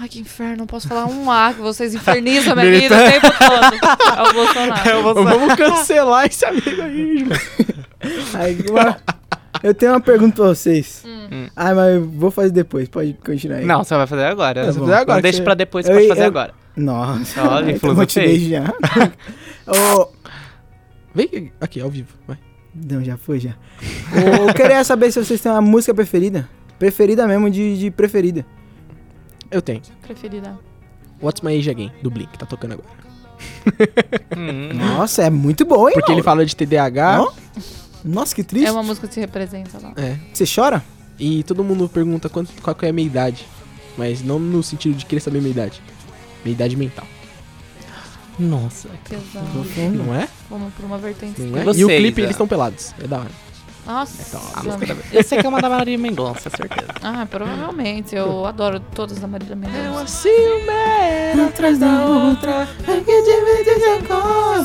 Ai, que inferno. Não posso falar um A que vocês infernizam a minha vida o tempo todo. É o Bolsonaro. Vamos cancelar esse amigo aí, Ismael. Aí, uma- eu tenho uma pergunta pra vocês. Hum. Ah, mas eu vou fazer depois. Pode continuar aí. Não, você vai fazer agora. Tá Você bom. vai fazer agora. Você- Não deixa pra depois, você Eu- pode fazer eu- agora. Nossa. Olha, eu influenciei. motivei já. Ô, Vem aqui, ao vivo. Vai. Não, já foi, já. Ô, eu queria saber se vocês têm uma música preferida. Preferida mesmo, de, de preferida. Eu tenho. Preferida. What's My Age Again, do Blink, tá tocando agora. Hum. Nossa, é muito boa, hein, Porque ele Laura? fala de TDAH Não? Nossa, que triste. É uma música que se representa lá. Você chora? e todo mundo pergunta quanto, qual que é a minha idade. Mas não no sentido de querer saber a minha idade. Minha idade mental. Nossa. Pesado. Uhum. Não é? Vamos por uma vertente. Não é? E e o vocês, clipe, é? eles estão pelados. É da hora. Nossa. A música da- Eu sei que é uma da Maria Mendonça, certeza. Ah, provavelmente. Eu adoro todas da Marília Mendonça. Atrás da outra.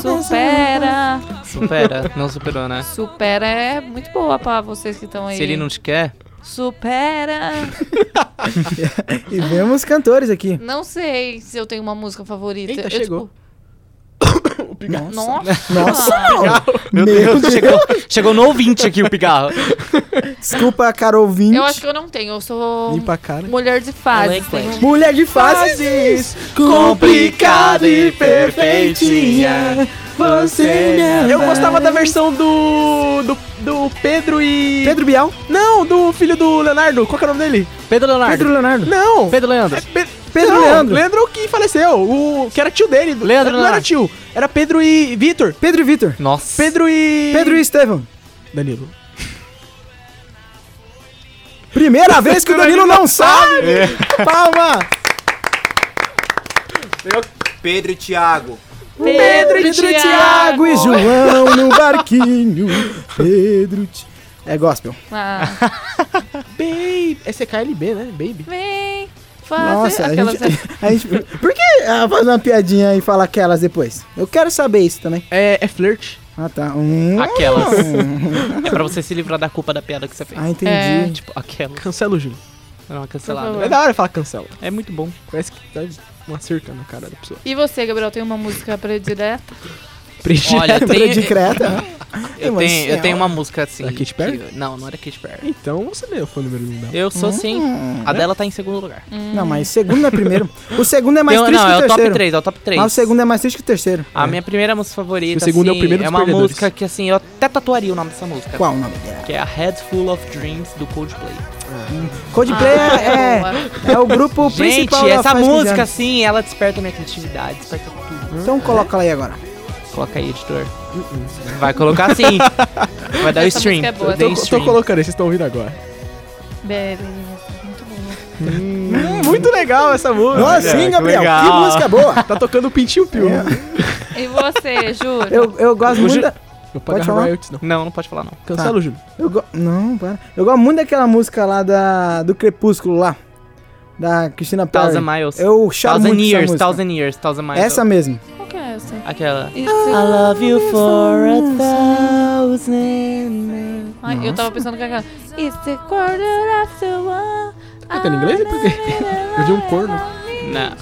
é Supera. Supera. Não superou, né? Supera é muito boa pra vocês que estão aí. Se ele não te quer, Supera. E vemos cantores aqui. Não sei se eu tenho uma música favorita. Eita, eu, chegou. tipo, Nossa. nossa. Nossa, Laura. Meu Deus. chegou, chegou no ouvinte aqui o pigarro. Desculpa, Carol ouvinte. Eu acho que eu não tenho. Eu sou Limpa a cara. mulher de Ela é fases. eclética. Tenho... Mulher de fases, complicada e perfeitinha. Você me Eu ama. gostava da versão do. do, do Pedro e. Pedro Bial. Não, do filho do Leonardo. Qual que é o nome dele? Pedro Leonardo. Pedro Pedro, Leonardo. Não! É Leandro. Pe- Pedro não, Leandro. Leandro é o que faleceu, o que era tio dele. Leandro não era Leonardo. tio, era Pedro e Vitor. Pedro e Vitor. Nossa. Pedro e. Pedro e Estevão. Danilo. Primeira vez que o Danilo não sabe. É. Palma. Pedro e Thiago. Pedro, Pedro, Thiago e João no barquinho. Pedro, Ti... É gospel. Ah, Baby. É CKLB, né? Baby. vem fazer Nossa, a aquelas... gente, a gente- Por que ah, fazer uma piadinha e falar aquelas depois? Eu quero saber isso também. É, é flirt. Ah, tá. Hum, Aquelas. é pra você se livrar da culpa da piada que você fez. ah, entendi. É. Tipo, aquela. Cancela o Júlio. Não, Por cancelado. É da hora falar cancela. É muito bom. Parece que dá uma cerca na cara da pessoa. E você, Gabriel, tem uma música predileta? Predileto. Olha, eu Pedro de tenho, Creta. eu, Mas tenho, é eu tenho uma música assim. Da Katy Perry? que- Não, não era Katy Perry. Então você leu foi o número 1 dela. Eu sou sim. Hum. A dela tá em segundo lugar. Não, mas segundo não é primeiro. O segundo é mais Eu- triste não, que é o o top terceiro. 3, é o top 3. mas o segundo é mais triste que o terceiro. A minha primeira música favorita, O segundo é o assim, primeiro dos é uma perdedores. música que, assim, eu até tatuaria o nome dessa música. Qual o nome dela? Que é a Head Full of Dreams, do Coldplay. Coldplay é, é, é o grupo Gente, principal da essa festa de música, anos. assim, ela desperta minha criatividade, desperta tudo. Então coloca ela aí agora. Coloca aí, editor. Vai colocar assim. Vai dar o Essa stream. música é boa, Dei Tô, tô stream. colocando aí, vocês estão ouvindo agora. Beleza. Muito bom. Hum, muito legal essa música. Nossa, sim, Gabriel, que música boa. Tá tocando o Pintinho Pio. E você, Júlio? Eu, eu gosto O muito Ju- da... Vou Pode pagar falar? royalties, não. Não, não pode falar, não. Cancela, Júlio. Eu go- Não, para. Eu gosto muito daquela música lá da... do Crepúsculo lá. Da Cristina Perry. Thousand Miles. Eu choro Thousand muito dessa Years, música. Thousand Years, Thousand Miles. Essa mesmo. Qual que é essa? Aquela. Isso. love you for a thousand. Ai, eu tava pensando que era aquela. It's the quarter after one. tá em inglês ou em português? Eu vi um corno. Ah!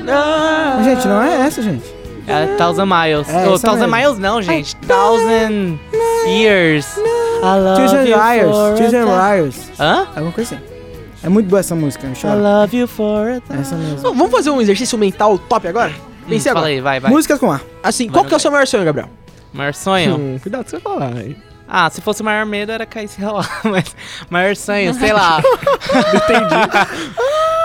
Não. Gente, não é essa, gente. É Thousand Miles. É, oh, essa thousand mesmo. Miles não, gente. Thousand Years. I love Children you Liars. for a Children thou- Liars. Hã? Alguma coisa assim. É muito boa essa música, eu I choro. love you for a Essa mesmo. Então, vamos fazer um exercício mental top agora? Pensei é Fala agora. aí, vai, vai. Músicas com A. Assim, qual que é o seu maior sonho, Gabriel? Maior sonho. Hum, cuidado com o que você vai falar, hein? Ah, se fosse o maior medo era cair se ralar. Mas maior sonho, sei lá. Entendi.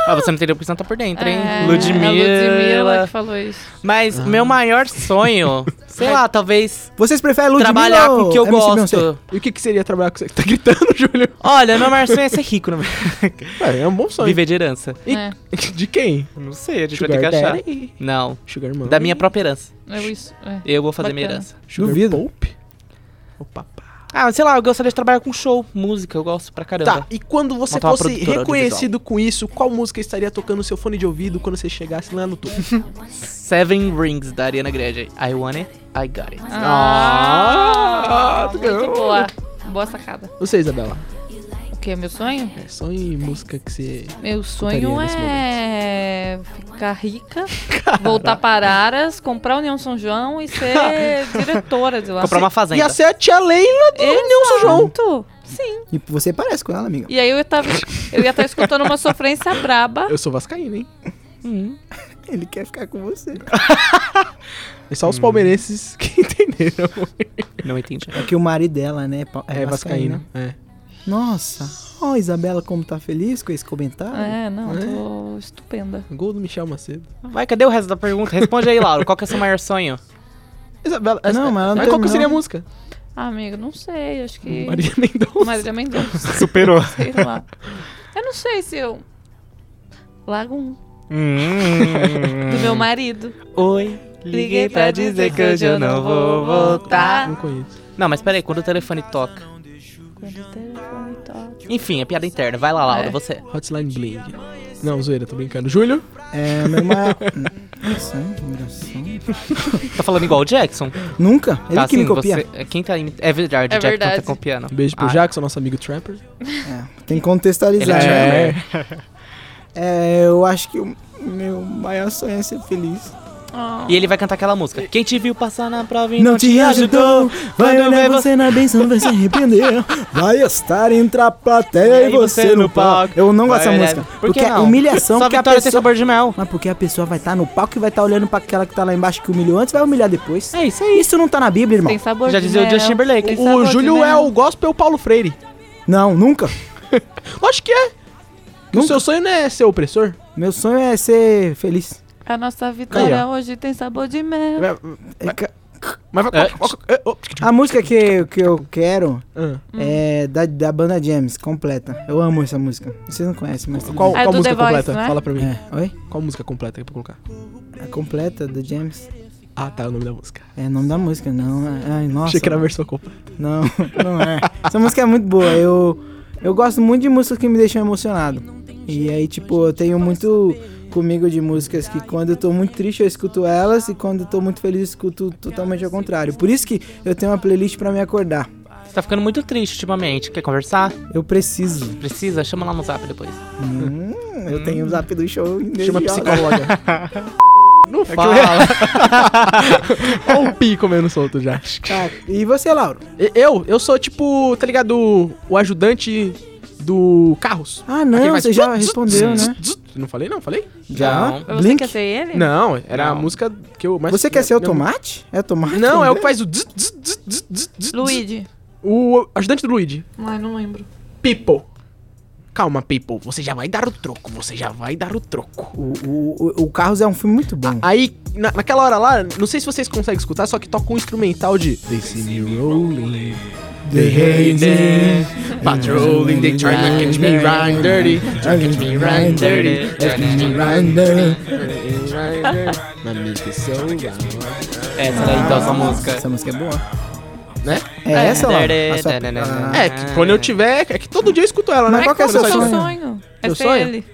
Ah, você não entendeu porque você não tá por dentro, hein? É, Ludmilla. a Ludmilla que falou isso. Mas meu maior sonho, sei lá, talvez Vocês preferem Ludmilla trabalhar com ou o que eu MC Beyoncé? gosto. E o que, que seria trabalhar com você? Tá gritando, Júlio? Olha, meu maior sonho é ser rico, na verdade. Ué, é um bom sonho. Viver de herança. É, De quem? Não sei, a gente Sugar vai ter que achar. Daddy? Não. Sugar Mom? Da minha própria herança. é isso. é. Eu vou fazer minha Bacana. herança. Sugar Duvido. Pope? O papá. Ah, sei lá, eu gostaria de trabalhar com show, música, eu gosto pra caramba. Tá, e quando você Montar uma fosse produtora reconhecido com isso, qual música estaria tocando no seu fone de ouvido quando você chegasse lá no topo? Seven Rings da Ariana Grande. I want it, I got it. Ah, tu muito ganhou. boa. Boa sacada. Você, Isabela. O que é meu sonho? É sonho e música que você. Meu sonho Estaria nesse é ficar rica, voltar para Aras, comprar União São João e ser diretora de lá. Comprar uma E fazenda. a ser a tia Leila do União São João. Exato. Sim. E você parece com ela, amiga. E aí eu, tava, eu ia estar escutando uma sofrência braba. Eu sou vascaíno, hein? Ele quer ficar com você. É só os palmeirenses que entenderam. Não entendi. É que o marido dela, né, pa- é, É vascaíno. É. Nossa. Ó, Isabela, como tá feliz com esse comentário. É, não, tô estupenda. Gol do Michel Macedo. Vai, cadê o resto da pergunta? Responde aí, Lauro. Qual que é o seu maior sonho? Isabela, Não, essa- mas qual ela não que terminou. seria a música? Ah, amigo, não sei, acho que... Maria Mendonça. Marília Mendonça, Superou. sei lá. Eu não sei se eu... Lago um do Hum. Hum. meu marido. Oi. Liguei pra dizer que hoje eu não vou voltar. Não conheço. Não, mas peraí, quando o telefone toca. Quando o telefone toca. Enfim, é piada interna. Vai lá, Laura, É. você. Hotline Bling. Não, zoeira, tô brincando. Júlio? É, meu maior... Nossa, engraçado. Tá falando igual o Jackson? Nunca. Ele tá que me assim, copia. você- Quem tá imitando? É verdade, É o Jackson verdade. tá copiando. um Beijo pro Ah, Jackson, nosso amigo Trapper. É, Tem que contextualizar. Ele né? é- É, eu acho que o meu maior sonho é ser feliz. Ah. E ele vai cantar aquela música. Quem te viu passar na prova e Não, te ajudou, vai olhar você na benção, vai se arrepender. Vai estar entre a plateia e você no palco. Eu não gosto dessa Vai música. olhar- Por Porque que é não? humilhação Só porque a vitória tem pessoa... sabor de mel. Mas porque a pessoa vai estar no palco e vai estar olhando pra aquela que tá lá embaixo que humilhou antes, vai humilhar depois. É isso aí. Isso não tá na Bíblia, irmão. Tem sabor Já de dizia o mel. Justin Timberlake. Tem O sabor de Júlio é mel. o gospel Paulo Freire. Não, nunca. Acho que é. O seu sonho não é ser opressor? Meu sonho é ser feliz. A nossa vitória Aí, ó. hoje tem sabor de mel. É ca- Mas vai. É. é, ó. A música que, que eu quero Ah, é da, da banda James, completa. Eu amo essa música. Vocês não conhecem, mas... tudo Qual, bem. Ah, é qual do música The Voice, completa? não é? Fala pra mim. É, oi? Qual música completa pra colocar? A completa do James. Ah, tá, é o nome da música. É o nome da música, não. é- Ai, nossa. Achei que era a versão completa. Não, não é. Essa música é muito boa. Eu, eu gosto muito de músicas que me deixam emocionado. E aí, tipo, eu tenho muito comigo de músicas que quando eu tô muito triste eu escuto elas e quando eu tô muito feliz eu escuto totalmente ao contrário. Por isso que eu tenho uma playlist pra me acordar. Você tá ficando muito triste ultimamente. Quer conversar? Eu preciso. Precisa? Chama lá no zap depois. Hum, eu tenho o zap do show. Chama a psicóloga. Não É fala. Olha o um pi comendo solto já. Tá, E você, Lauro? E- Eu? Eu sou tipo, tá ligado? O ajudante do Carros. Ah, não, Aquele você faz- já respondeu, né? Não falei, não? Falei? Já? Não. Mas Você Blink? quer ser ele? Não, era a Não. música que eu mais. Você quer ser o minha- tomate? É o tomate? Não, é o que pai. faz o. zzz, zzz, zzz, zzz, zzz, zzz. Luigi. O ajudante do Luigi. Ai, não lembro. People. Calma, People. Você já vai dar o troco. Você já vai dar o troco. O, o, o- o Carros é um filme muito bom. Aí, na- naquela hora lá, não sei se vocês conseguem escutar, só que toca um instrumental de. They see me rolling. They hate me. Patrolling, they try to catch me right dirty. Try to catch me right dirty. Try to catch me right dirty. um Essa daí então, essa música. Essa música é boa. Né? É essa lá? A sua- Ah, É, que quando eu tiver. É que todo dia eu escuto ela, né? Mas qual que é o Quando seu sai Seu do- sonho? sonho. Meu Esse sonho? é ele.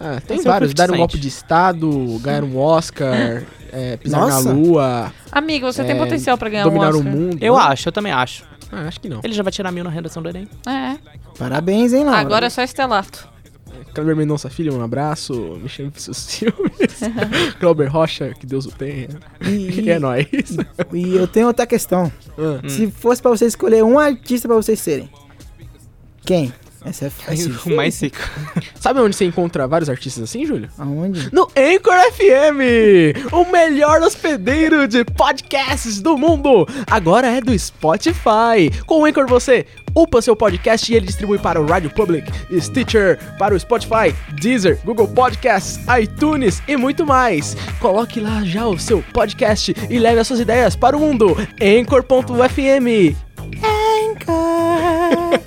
Ah, tem Esse é um vários. Dar um coeficiente. golpe de Estado, ganhar um Oscar, é, pisar Nossa. na lua, Amigo, você tem É, potencial pra ganhar dominar um o Oscar. mundo. Eu Não? acho, eu também acho. Ah, acho que não. Ele já vai tirar mil na redação do Enem. É. Parabéns, hein, Laura? Agora é só estelato. Kleber Mendonça Filho, um abraço. Me chame pros seus filmes. Glauber Rocha, que Deus o tenha. E, E é nóis. e eu tenho outra questão. Ah. Se fosse pra vocês escolher um artista pra vocês serem, quem? Essa é fácil. O mais rico. Sabe onde você encontra vários artistas assim, Júlio? Aonde? No Anchor FM, o melhor hospedeiro de podcasts do mundo. Agora é do Spotify. Com o Anchor você upa seu podcast e ele distribui para o Radio Public, Stitcher, para o Spotify, Deezer, Google Podcasts, iTunes e muito mais. Coloque lá já o seu podcast e leve as suas ideias para o mundo. Anchor.fm. Anchor.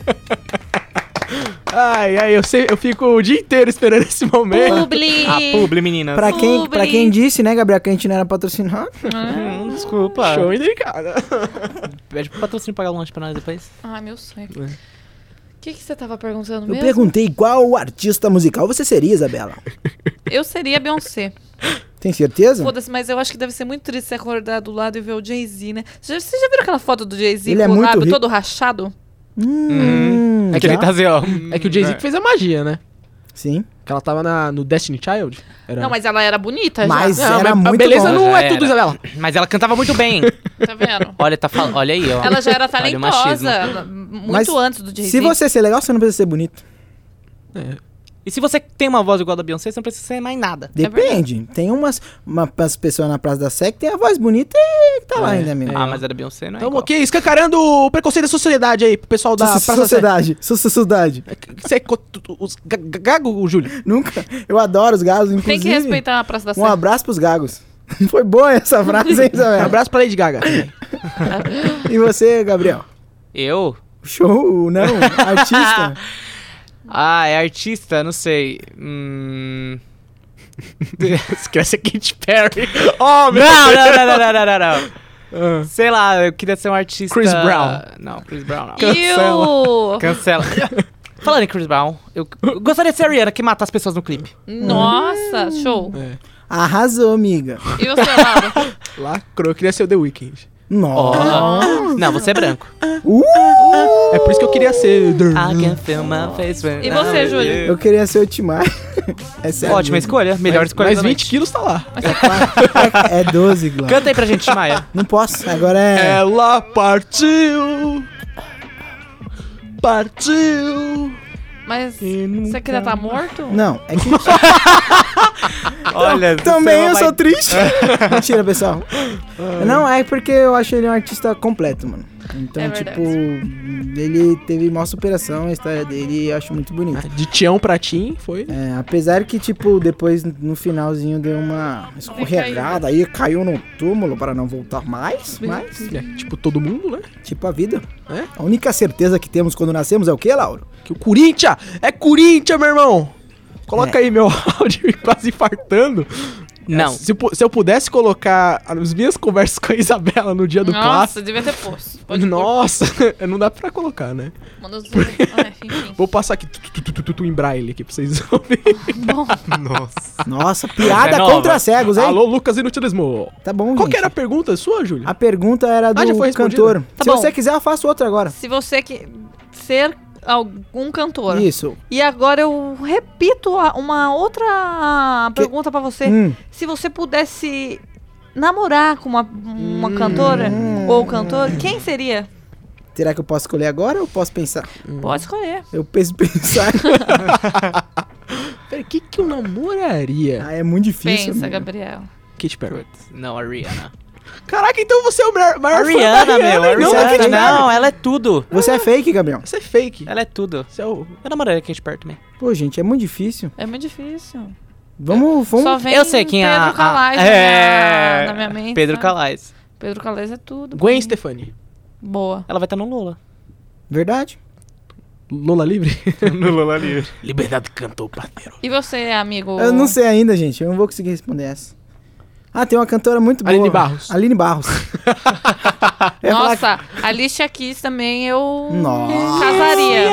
Ai, ai, eu, sei, eu fico o dia inteiro esperando esse momento. Publi! A publi, meninas. Pra quem, pra Sobre. quem disse, né, Gabriel, que a gente não era patrocinado? Hum, desculpa. Show indelicado. Pede pro É tipo patrocínio pagar o lanche pra nós depois. Ai, meu sonho. O que, que você tava perguntando É. Eu mesmo? perguntei qual artista musical você seria, Isabela. Eu seria Beyoncé. Tem certeza? Foda-se, mas eu acho que deve ser muito triste você acordar do lado e ver o Jay-Z, né? Você já, você já viram aquela foto do Jay-Z Ele com é o muito lábio rico. todo rachado? Hum, É que já? ele tá- assim, ó. É que o Jay-Z que fez a magia, né? Sim. Que ela tava na- no Destiny Child. Era... Ah, Não, mas ela era bonita Mas já. era mas a muito beleza bom. não é Já tudo, era. Isabela. Mas ela cantava muito bem. é. Tá vendo? Olha, tá fal... Olha aí, ó. Ela já era Olha o machismo. talentosa. Muito Mas antes do Jay-Z. Se você ser legal, você não precisa ser bonito. E se você tem uma voz igual a da Beyoncé, você não precisa ser mais nada. É Depende. tem umas, uma- umas pessoas na Praça da Sé que tem a voz bonita e que tá lá ainda mesmo. Ah, mas a da Beyoncé não é Então, igual. ok, escancarando o preconceito da sociedade aí pro pessoal da Su- Sociedade. Su- Sociedade. Você é co- tu- os ga- ga- gago, Júlio? Nunca. Eu adoro os gagos, inclusive. Tem que respeitar a Praça da Sé. Um abraço pros gagos. Foi boa essa frase, hein, Um Isabela? abraço pra Lady Gaga. E você, Gabriel? Eu? Show, não, artista. Ah, é artista? Não sei. Hum... Esquece a Katy Perry. Oh, meu Não, não, não, não, não, não, não, Ah. não. Sei lá, eu queria ser um artista... Chris Brown. Não, Chris Brown não. Cancela. Cancela. Falando em Chris Brown, eu eu gostaria de ser a Rihanna que mata as pessoas no clipe. Hum. Nossa, show. Arrasou, amiga. E você, Laura? Lacrou, eu queria ser o The Weeknd. Oh. Nossa. Não, você é branco. Uh! É por isso que eu queria ser... I can feel my face when E você, I- Júlio? Eu queria ser o Timar. É sério. Ótima escolha, melhor Mas, escolha mas da 20 noite. quilos tá lá. É 12, Glória. Canta aí pra gente, Maia. Não posso. Agora é. Ela partiu. Partiu. Mas você quer estar morto? Não, é que Olha, é também eu sou triste. Mentira, pessoal. Não, é porque eu acho ele um artista completo, mano. Então, É verdade. tipo, ele teve maior superação, a história dele eu acho muito bonita. De Tião pra Tim, foi? É, apesar que, tipo, depois no finalzinho deu uma escorregada aí, caiu no túmulo para não voltar mais, mas, É, tipo, todo mundo, né? tipo, a vida. É? A única certeza que temos quando nascemos é o quê, Lauro? Que o Corinthians é Corinthians, meu irmão. Coloca aí meu áudio quase infartando. Não. Se, pu- se eu pudesse colocar as minhas conversas com a Isabela no dia do Nossa, clássico. devia ter posto. Pode Nossa, não dá pra colocar, né? pôr. Manda os... Ai, enfim. Vou passar aqui tu, tu, tu, tu, tu, tu, em braille aqui pra vocês ouvirem. Nossa, piada É nova. contra cegos, hein? Alô, Lucas Inutilismo. Tá bom, Qual gente. que era a pergunta sua, Júlia? A pergunta era do já foi respondida? cantor. Tá Se bom. você quiser, eu faço outra agora. Se você quer ser algum cantor. Isso. E agora eu repito a- uma outra pergunta pra você. Hum. Se você pudesse namorar com uma, uma cantora Hum. ou cantor, quem seria? Será que eu posso escolher agora ou posso pensar? Pode escolher. Eu penso pensar. Peraí, o que, que eu namoraria? ah, é muito difícil. Pensa, amigo. Gabriel. Ah, Katy Perry. Não, a Rihanna. Caraca, então você é o maior, maior A Rihanna, meu. A hein? Não, da Rihanna, Katy Perry. não, ela é tudo. Você é fake, Gabriel. então, Você é fake. Ela é tudo. Você é o... Eu namoraria com a Katy Perry também. Pô, gente, é muito difícil. É muito difícil. Vamos, vamos. Só vem Eu sei quem é Pedro a- a- Calais na é. minha- na minha mente. né? Pedro sabe? Calais. Pedro Calais é tudo. Gwen pra mim. Stefani. Boa. Ela vai estar no Lula. Verdade? Lula livre? no Lula Livre. Liberdade cantou, parceiro. E você, amigo? Eu não sei ainda, gente. Eu não vou conseguir responder essa. Ah, tem uma cantora muito boa. Aline Barros. Aline Barros. Eu ia falar Nossa, a Alicia Keys também eu Nossa. casaria.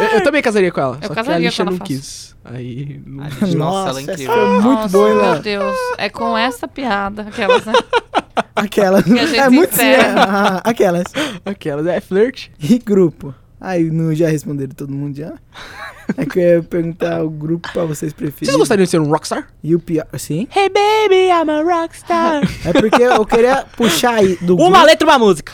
Eu, eu também casaria com ela. só que a casaria Alicia com ela não fácil. quis. Aí. não- Nossa, ela é Nossa, incrível. essa foi muito Nossa, boa, Meu né? Deus, é com essa piada aquelas, né? Aquelas. a gente É muito sim, é. encerra. Ah, Aquelas. Aquelas. É flirt? E grupo? Aí não já responderam todo mundo já? É que eu ia perguntar o grupo pra vocês preferirem. Vocês gostariam de ser um rockstar? E o pior. Sim? Hey baby, I'm a rockstar. É porque eu queria puxar aí do uma grupo. letra, uma música.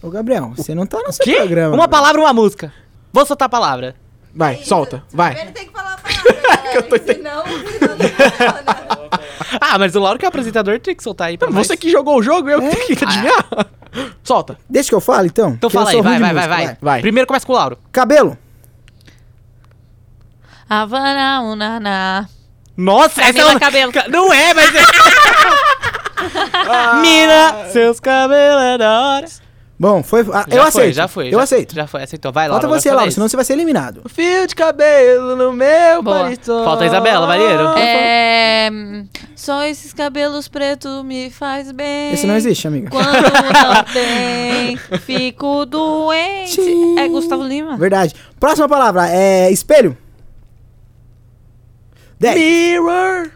Ô, Gabriel, você não tá no seu Quê? programa. Uma velho. palavra, uma música. Vou soltar a palavra. Vai, solta. Vai. tem que falar a palavra, galera, que senão não funciona. Ah, mas o Lauro que é o apresentador tem que soltar aí pra nós. Você que jogou o jogo, eu que tenho que adivinhar. Solta. Deixa que eu falo, então. Então que eu fala sou aí, vai, ruim de vai, vai, música, vai, vai. Primeiro começa com o Lauro. Cabelo. Havana, unaná. Nossa, essa Camila é uma- Cabelo. Ca- Não é, mas é. Mina, seus cabelos é da hora. Bom, foi. ah, Já eu foi, aceito. Já foi. Eu já- aceito. Já foi, aceitou. Vai, Laura. Falta agora você, sua Laura, vez. senão você vai ser eliminado. Fio de cabelo no meu Boa. paletó. Falta a Isabela, Vareiro. É, só esses cabelos pretos me faz bem. Esse não existe, amigo. Quando não tem, fico doente. Tchim. É Gustavo Lima. Verdade. Próxima palavra é espelho. 10. Mirror.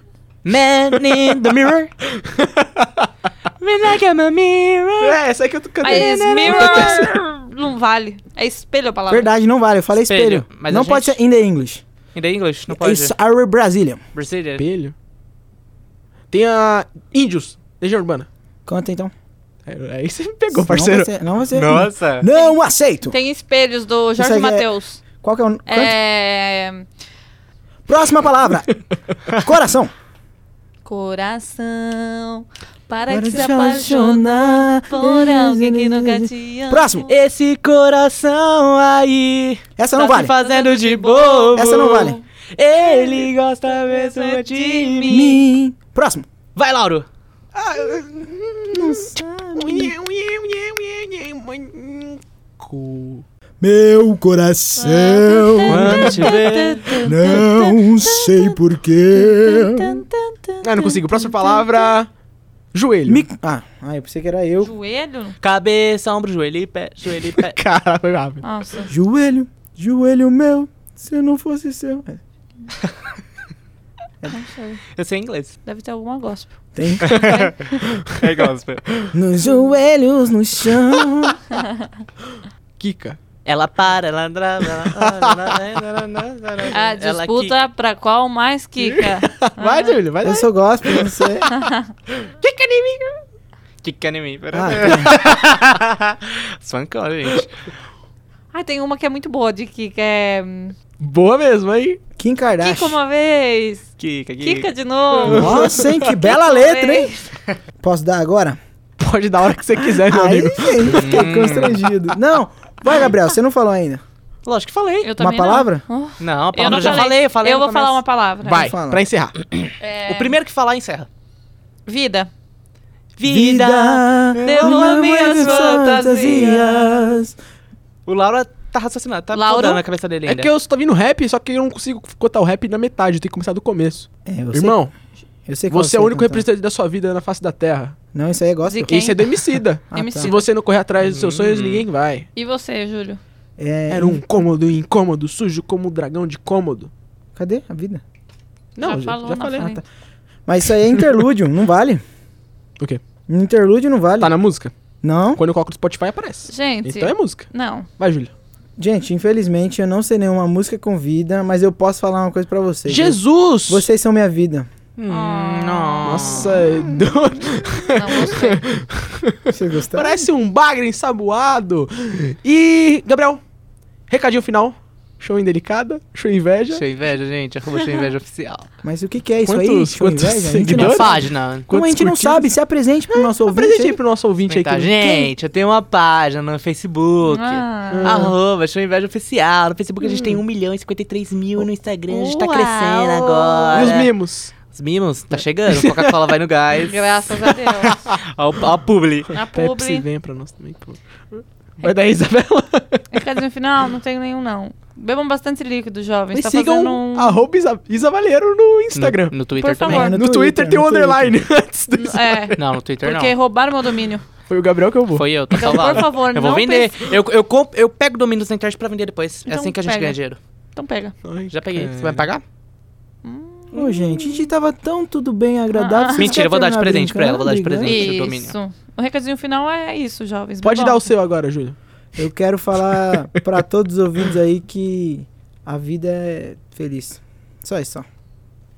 Man in the mirror. Me like I'm a mirror. É, essa aí que eu tô cantando. Mas mirror não vale. É espelho a palavra. Verdade, não vale. Eu falei espelho. Espelho, mas não a pode gente- ser in the English. In the English, é não pode. It's our Brazilian. Brazilian. Espelho. Tem a. Índios. Legião Urbana. Canta então. É, Aí você me pegou, parceiro. Não vai ser. Não, vai ser. Nossa. não aceito. Tem espelhos do Isso aí Jorge é- Matheus. Qual que é o. canta? É... Próxima palavra. Coração. Coração, para, Para que se se apaixone apaixonar por alguém que nunca te ama. Próximo. Esse coração aí. Essa não tá vale. se fazendo de bobo. Essa não vale. Ele gosta mesmo é de mim. Mim. Próximo. Vai, Lauro. Hum. Meu coração. Quando te ver. Não sei porquê. Ah, não consigo. Próxima palavra. Joelho. Mi... Ah, ah, eu pensei que era eu. Joelho? Cabeça, ombro, joelho e pé. Joelho e pé. Cara, foi rápido. Nossa. Joelho, joelho meu, se não fosse seu. É, Eu sei inglês. Deve ter alguma gospel. Tem. É gospel. Nos joelhos no chão. Kika. Ela para, ela trava, ela... A É, Ela Ah, disputa pra qual mais quica. Vai, Júlio, vai. Ah. Eu daí. sou gospel, não sei. que- Quica Ah. em mim. Ah, Swancão, gente. ah, tem uma que é muito boa de quica. É... hum, Boa mesmo, hein? Kim Kardashian. Quica uma vez, Quica, quica quica. de novo. Nossa, hein? Que bela uma letra, hein? vez. Posso dar agora? Pode dar a hora que você quiser, É, meu Aí, amigo. gente, fiquei constrangido. Não, vai, Gabriel, você não falou ainda. Lógico que falei. Eu Uma também não. palavra? Oh, Não, a Eu palavra não eu já falei, eu falei. Eu no vou falar uma começo. palavra. Vai, Fala. pra encerrar. É, O primeiro que falar encerra. Vida. devolva devolva minhas fantasias. O Laura tá raciocinando, tá Lauro? rodando a cabeça dele É ainda. que eu só tô vindo rap, só que eu não consigo contar o rap na metade, eu tenho que começar do começo. É, eu sei- Irmão, eu sei qual você é o você único cantar. representante da sua vida na face da terra. Não, isso aí é gospel. Quem? Isso é do Emicida. Ah, tá. Hum. Se você não correr atrás dos seus sonhos, ninguém vai. E você, Júlio? É... Era um cômodo incômodo, sujo como um dragão de cômodo. Cadê a vida? Não, Ah, Já já, falou já na falei. frente. Mas isso aí é interlúdio, não vale. O quê? Interlúdio não vale. Tá na música? Não. Quando eu coloco no Spotify, aparece. Gente, Então é música. não. Vai, Júlio. Gente, infelizmente eu não sei nenhuma música com vida, mas eu posso falar uma coisa pra vocês. Jesus! Vocês são minha vida. Hum, Ah. Nossa, do- Não gostei. Vocês gostaram? parece um bagre ensaboado. E, Gabriel, recadinho final. Show indelicada, show inveja. Show inveja, gente. Arroba show inveja oficial. Mas o que, que é isso aí? Quantos- Show quantos inveja? A gente não Minha seguidores? Doido? sabe. página. Como a gente não Quantos curtidas? sabe, se apresente pro nosso ouvinte. Apresente um aí aí. um pro nosso ouvinte aí. Comentar, que- gente, eu tenho uma página no Facebook. Ah. Hum. Arroba, show inveja oficial. No Facebook a gente tem 1 milhão e 53 mil. No Instagram a gente tá Uau. crescendo agora. E os mimos? Os mimos, tá chegando. Coca-Cola vai no gás. Graças a Deus. Ó, o- ó, a publi. Na Pepsi, publi. vem pra nós também. Por... favor. Vai daí, Isabela. É que tá dizendo no final, não tenho nenhum, não. Bebam bastante líquido, jovens. E tá sigam fazendo um... arroba Isa, Isa Valeiro no Instagram. No, no Twitter Por favor. também. No, no Twitter, Twitter, tem um no Twitter. underline antes do Isa. É, Não, no Twitter porque não. roubaram meu domínio. Foi o Gabriel que eu vou. Foi eu, tô Então, salvado. por favor, eu vou não vender. Eu, eu, compro, eu pego domínios na internet pra vender depois. é Então assim que a gente pega. ganha dinheiro. Então pega. Já peguei. Você vai pagar? Ô, gente, a gente tava tão tudo bem Ah, ah. agradável. vocês Mentira, eu vou dar de querem terminar presente pra ela, vou dar de brincando? presente. Gente, o Isso. O recadinho final é isso, jovens. Pode Bebam. dar o seu agora, Júlio. Eu quero falar pra todos os ouvintes aí que a vida é feliz. Só isso, só.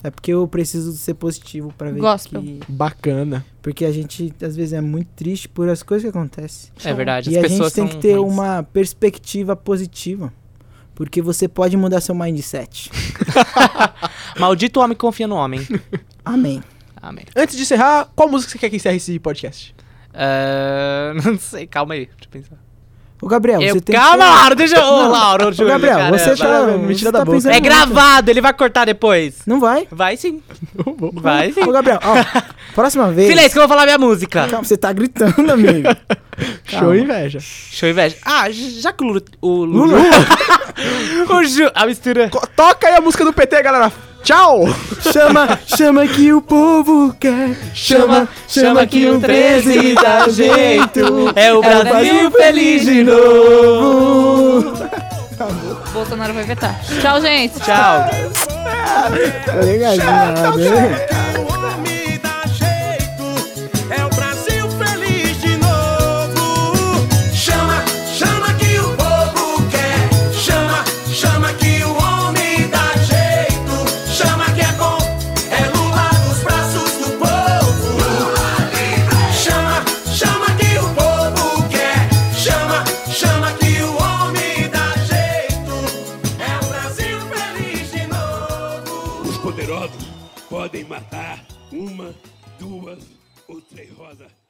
É porque eu preciso ser positivo pra ver Gospel. que... Bacana. Porque a gente, às vezes, é muito triste por as coisas que acontecem. É verdade, E as a pessoas gente tem são que ter ruins. uma perspectiva positiva. Porque você pode mudar seu mindset. Maldito homem que confia no homem. Amém. Amém. Antes de encerrar, qual música você quer que encerre esse podcast? Ah, não sei, calma aí. Deixa eu pensar. Ô, Gabriel, Eu- você tem que... calma, Laura, deixa eu. né? Ô, Não. Laura, ô, Ô, Júlio, Gabriel, caramba. você tá... Vai, me você tira tá da boca. pensando É muito. gravado, ele vai cortar depois. Não vai. Vai sim. Eu vou. Vai sim. Ô, Gabriel, ó, próxima vez... Silêncio, que eu vou falar minha música. Calma, você tá gritando, amigo. Show, inveja. Show inveja. Ah, j- já que o Lula. O Lula. o Ju, a mistura. Co- Toca aí a música do PT, galera. Tchau! Chama, chama que o povo quer. Chama, chama que o 13 dá jeito. É o Brasil feliz de novo. Bolsonaro vai vetar. Tchau, gente. Tchau. Tá legalzinho, né? É o homem dá jeito, é o Brasil feliz de novo. Chama, chama que o povo quer. Chama, chama que o homem dá jeito. Chama que é bom, é Lula nos braços do povo. Chama, chama que o povo quer. Chama, chama que o homem dá jeito. É o Brasil feliz de novo. Os poderosos podem matar uma, duas ou três rosas.